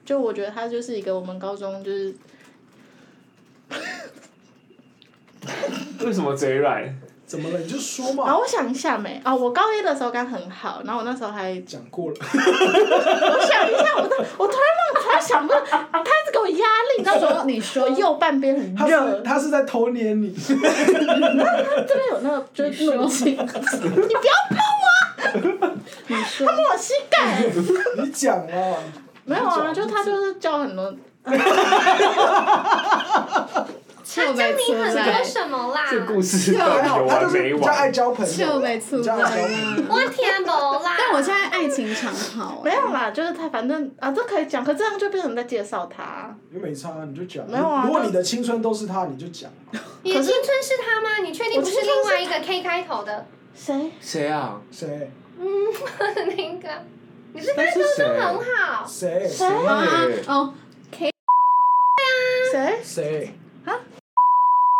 Speaker 1: 就我觉得他就是一个我们高中就是
Speaker 6: 为什么嘴软？
Speaker 2: 怎么了？你就说
Speaker 1: 然
Speaker 2: 嘛
Speaker 1: 后。我想一下没啊、我高一的时候刚很好，然后我那时候还，
Speaker 2: 讲过了，
Speaker 1: 我想一下，我突我突然忘了，突然想不到，他一直给我压力，你知道
Speaker 5: 说
Speaker 1: 吗？
Speaker 5: 你说
Speaker 1: 我右半边很
Speaker 2: 他
Speaker 1: 热
Speaker 2: 是，他是在偷捏你，
Speaker 1: 这边有那个就是怒气，你不要碰啊
Speaker 5: 你说
Speaker 1: 他摸我膝 盖，
Speaker 2: 你讲啊，
Speaker 1: 没有啊，就他就是教很多，
Speaker 5: 臭
Speaker 3: 教
Speaker 5: 没出
Speaker 3: 你很
Speaker 5: 来
Speaker 3: 多，什么啦？
Speaker 6: 这故事到
Speaker 2: 还
Speaker 6: 底有
Speaker 2: 好他就
Speaker 6: 完
Speaker 2: 是
Speaker 6: 没
Speaker 2: 比较爱
Speaker 6: 完？
Speaker 2: 交朋
Speaker 5: 臭
Speaker 2: 友，啊
Speaker 5: 没出
Speaker 2: 比较
Speaker 5: 来
Speaker 1: 啊
Speaker 2: 爱交朋
Speaker 5: 啦
Speaker 2: 友。。
Speaker 3: 我天不啦！
Speaker 5: 但我现在爱情长跑，欸
Speaker 1: 没有啦，就是他反正啊，这可以讲，可这样就变成在介绍他，
Speaker 2: 又没差，你就讲。
Speaker 1: 没有啊
Speaker 2: 如果你的青春都是他，你就讲。
Speaker 3: 你的青春是他吗？你确定不是另外一个 K 开头的嗯
Speaker 1: 谁？
Speaker 6: 谁啊？
Speaker 2: 谁？
Speaker 3: 那个？你是
Speaker 6: 那是谁？
Speaker 3: 很好，
Speaker 2: 谁？
Speaker 1: 谁
Speaker 5: 啊
Speaker 6: 对
Speaker 5: 哦，
Speaker 1: 谁？
Speaker 2: 谁？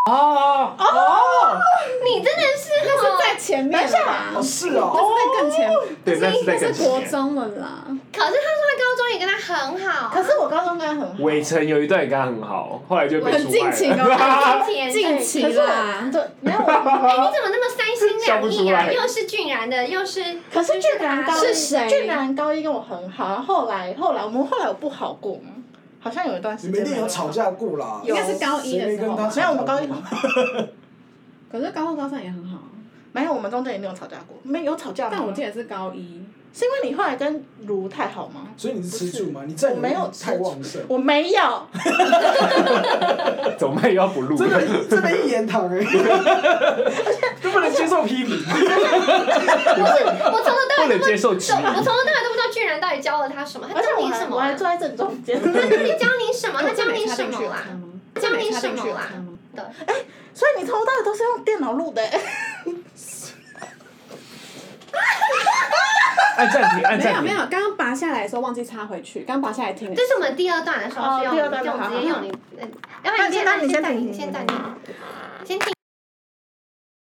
Speaker 6: 哦哦，
Speaker 3: 你真的是
Speaker 5: 是
Speaker 3: 哦。
Speaker 5: 在前面
Speaker 2: 哦，
Speaker 5: 吧？
Speaker 2: 是哦。
Speaker 5: 那是在更前，
Speaker 6: 对，那是在
Speaker 5: 那
Speaker 6: 更
Speaker 5: 是国
Speaker 6: 前面。
Speaker 5: 中了啦。
Speaker 3: 可是他说他高中也跟他很好，
Speaker 1: 可是我高中跟他很好。
Speaker 6: 伟成有一段也跟他很好，后来就被
Speaker 5: 很
Speaker 6: 出卖
Speaker 5: 尽情
Speaker 6: 了。
Speaker 5: 哦，
Speaker 3: 天
Speaker 5: 近
Speaker 1: 哎
Speaker 5: 期
Speaker 1: 可是
Speaker 5: 啦
Speaker 1: 我对，没有我，
Speaker 3: 哎，你怎么那么三心两意啊？
Speaker 6: 笑不出来
Speaker 3: 又是俊然的，又是
Speaker 1: 可是俊然高一
Speaker 5: 是谁
Speaker 1: 俊然高一跟我很好，然后后来后来我们后来有不好过吗？好像有一段时
Speaker 2: 你
Speaker 1: 间
Speaker 2: 们一定
Speaker 1: 没
Speaker 2: 有
Speaker 1: 有
Speaker 2: 吵
Speaker 1: 好，
Speaker 2: 架过啦。
Speaker 5: 应该是高一的时候吧。
Speaker 1: 没有我们高一，
Speaker 5: 可是高二、高三也很好，啊
Speaker 1: 没有我们中间一定有吵架过，没有吵架吗。
Speaker 5: 但我记得是高一。
Speaker 1: 是因为你后来跟卢太好吗？
Speaker 2: 所以你是吃醋吗？你占有
Speaker 1: 我没有
Speaker 2: 欲太旺盛，
Speaker 1: 我没有，
Speaker 6: 怎么又要不录
Speaker 2: 真
Speaker 6: 了？
Speaker 2: 的真的一言堂哎， 都不能接受批评。
Speaker 3: 我从头到
Speaker 6: 不
Speaker 3: 尾都
Speaker 6: 能
Speaker 3: 不
Speaker 6: 接受质
Speaker 3: 知道，我从
Speaker 6: 疑。
Speaker 3: 头到尾都不知道俊然到底教了他什么，他
Speaker 5: 哎
Speaker 1: 而且
Speaker 3: 教
Speaker 1: 我
Speaker 3: 你什
Speaker 1: 还
Speaker 3: 么
Speaker 1: 我
Speaker 3: 啊
Speaker 1: 还？坐在正中间。
Speaker 3: 他教你什么？啊
Speaker 5: 哦
Speaker 3: 他教你什么啦？
Speaker 5: 这
Speaker 3: 教
Speaker 5: 没
Speaker 3: 你
Speaker 5: 插
Speaker 3: 什
Speaker 5: 进
Speaker 3: 么
Speaker 5: 去有
Speaker 3: 啦
Speaker 5: 差吗？
Speaker 3: 的，
Speaker 1: 所以你从头到尾都是用电脑录的、欸，
Speaker 6: 按暂停，按
Speaker 5: 没有
Speaker 6: 暂
Speaker 5: 没
Speaker 6: 停
Speaker 5: 有，。刚刚拔下来的时候忘记插回去，刚拔下来听。
Speaker 3: 这是我们第二段的时候是用，
Speaker 1: 哦第二段的
Speaker 3: 用直接用你，嗯，要不然你
Speaker 1: 那
Speaker 3: 先
Speaker 1: 那你
Speaker 3: 你
Speaker 1: 先
Speaker 3: 先暂停，
Speaker 1: 暂停
Speaker 3: 先暂停，先停。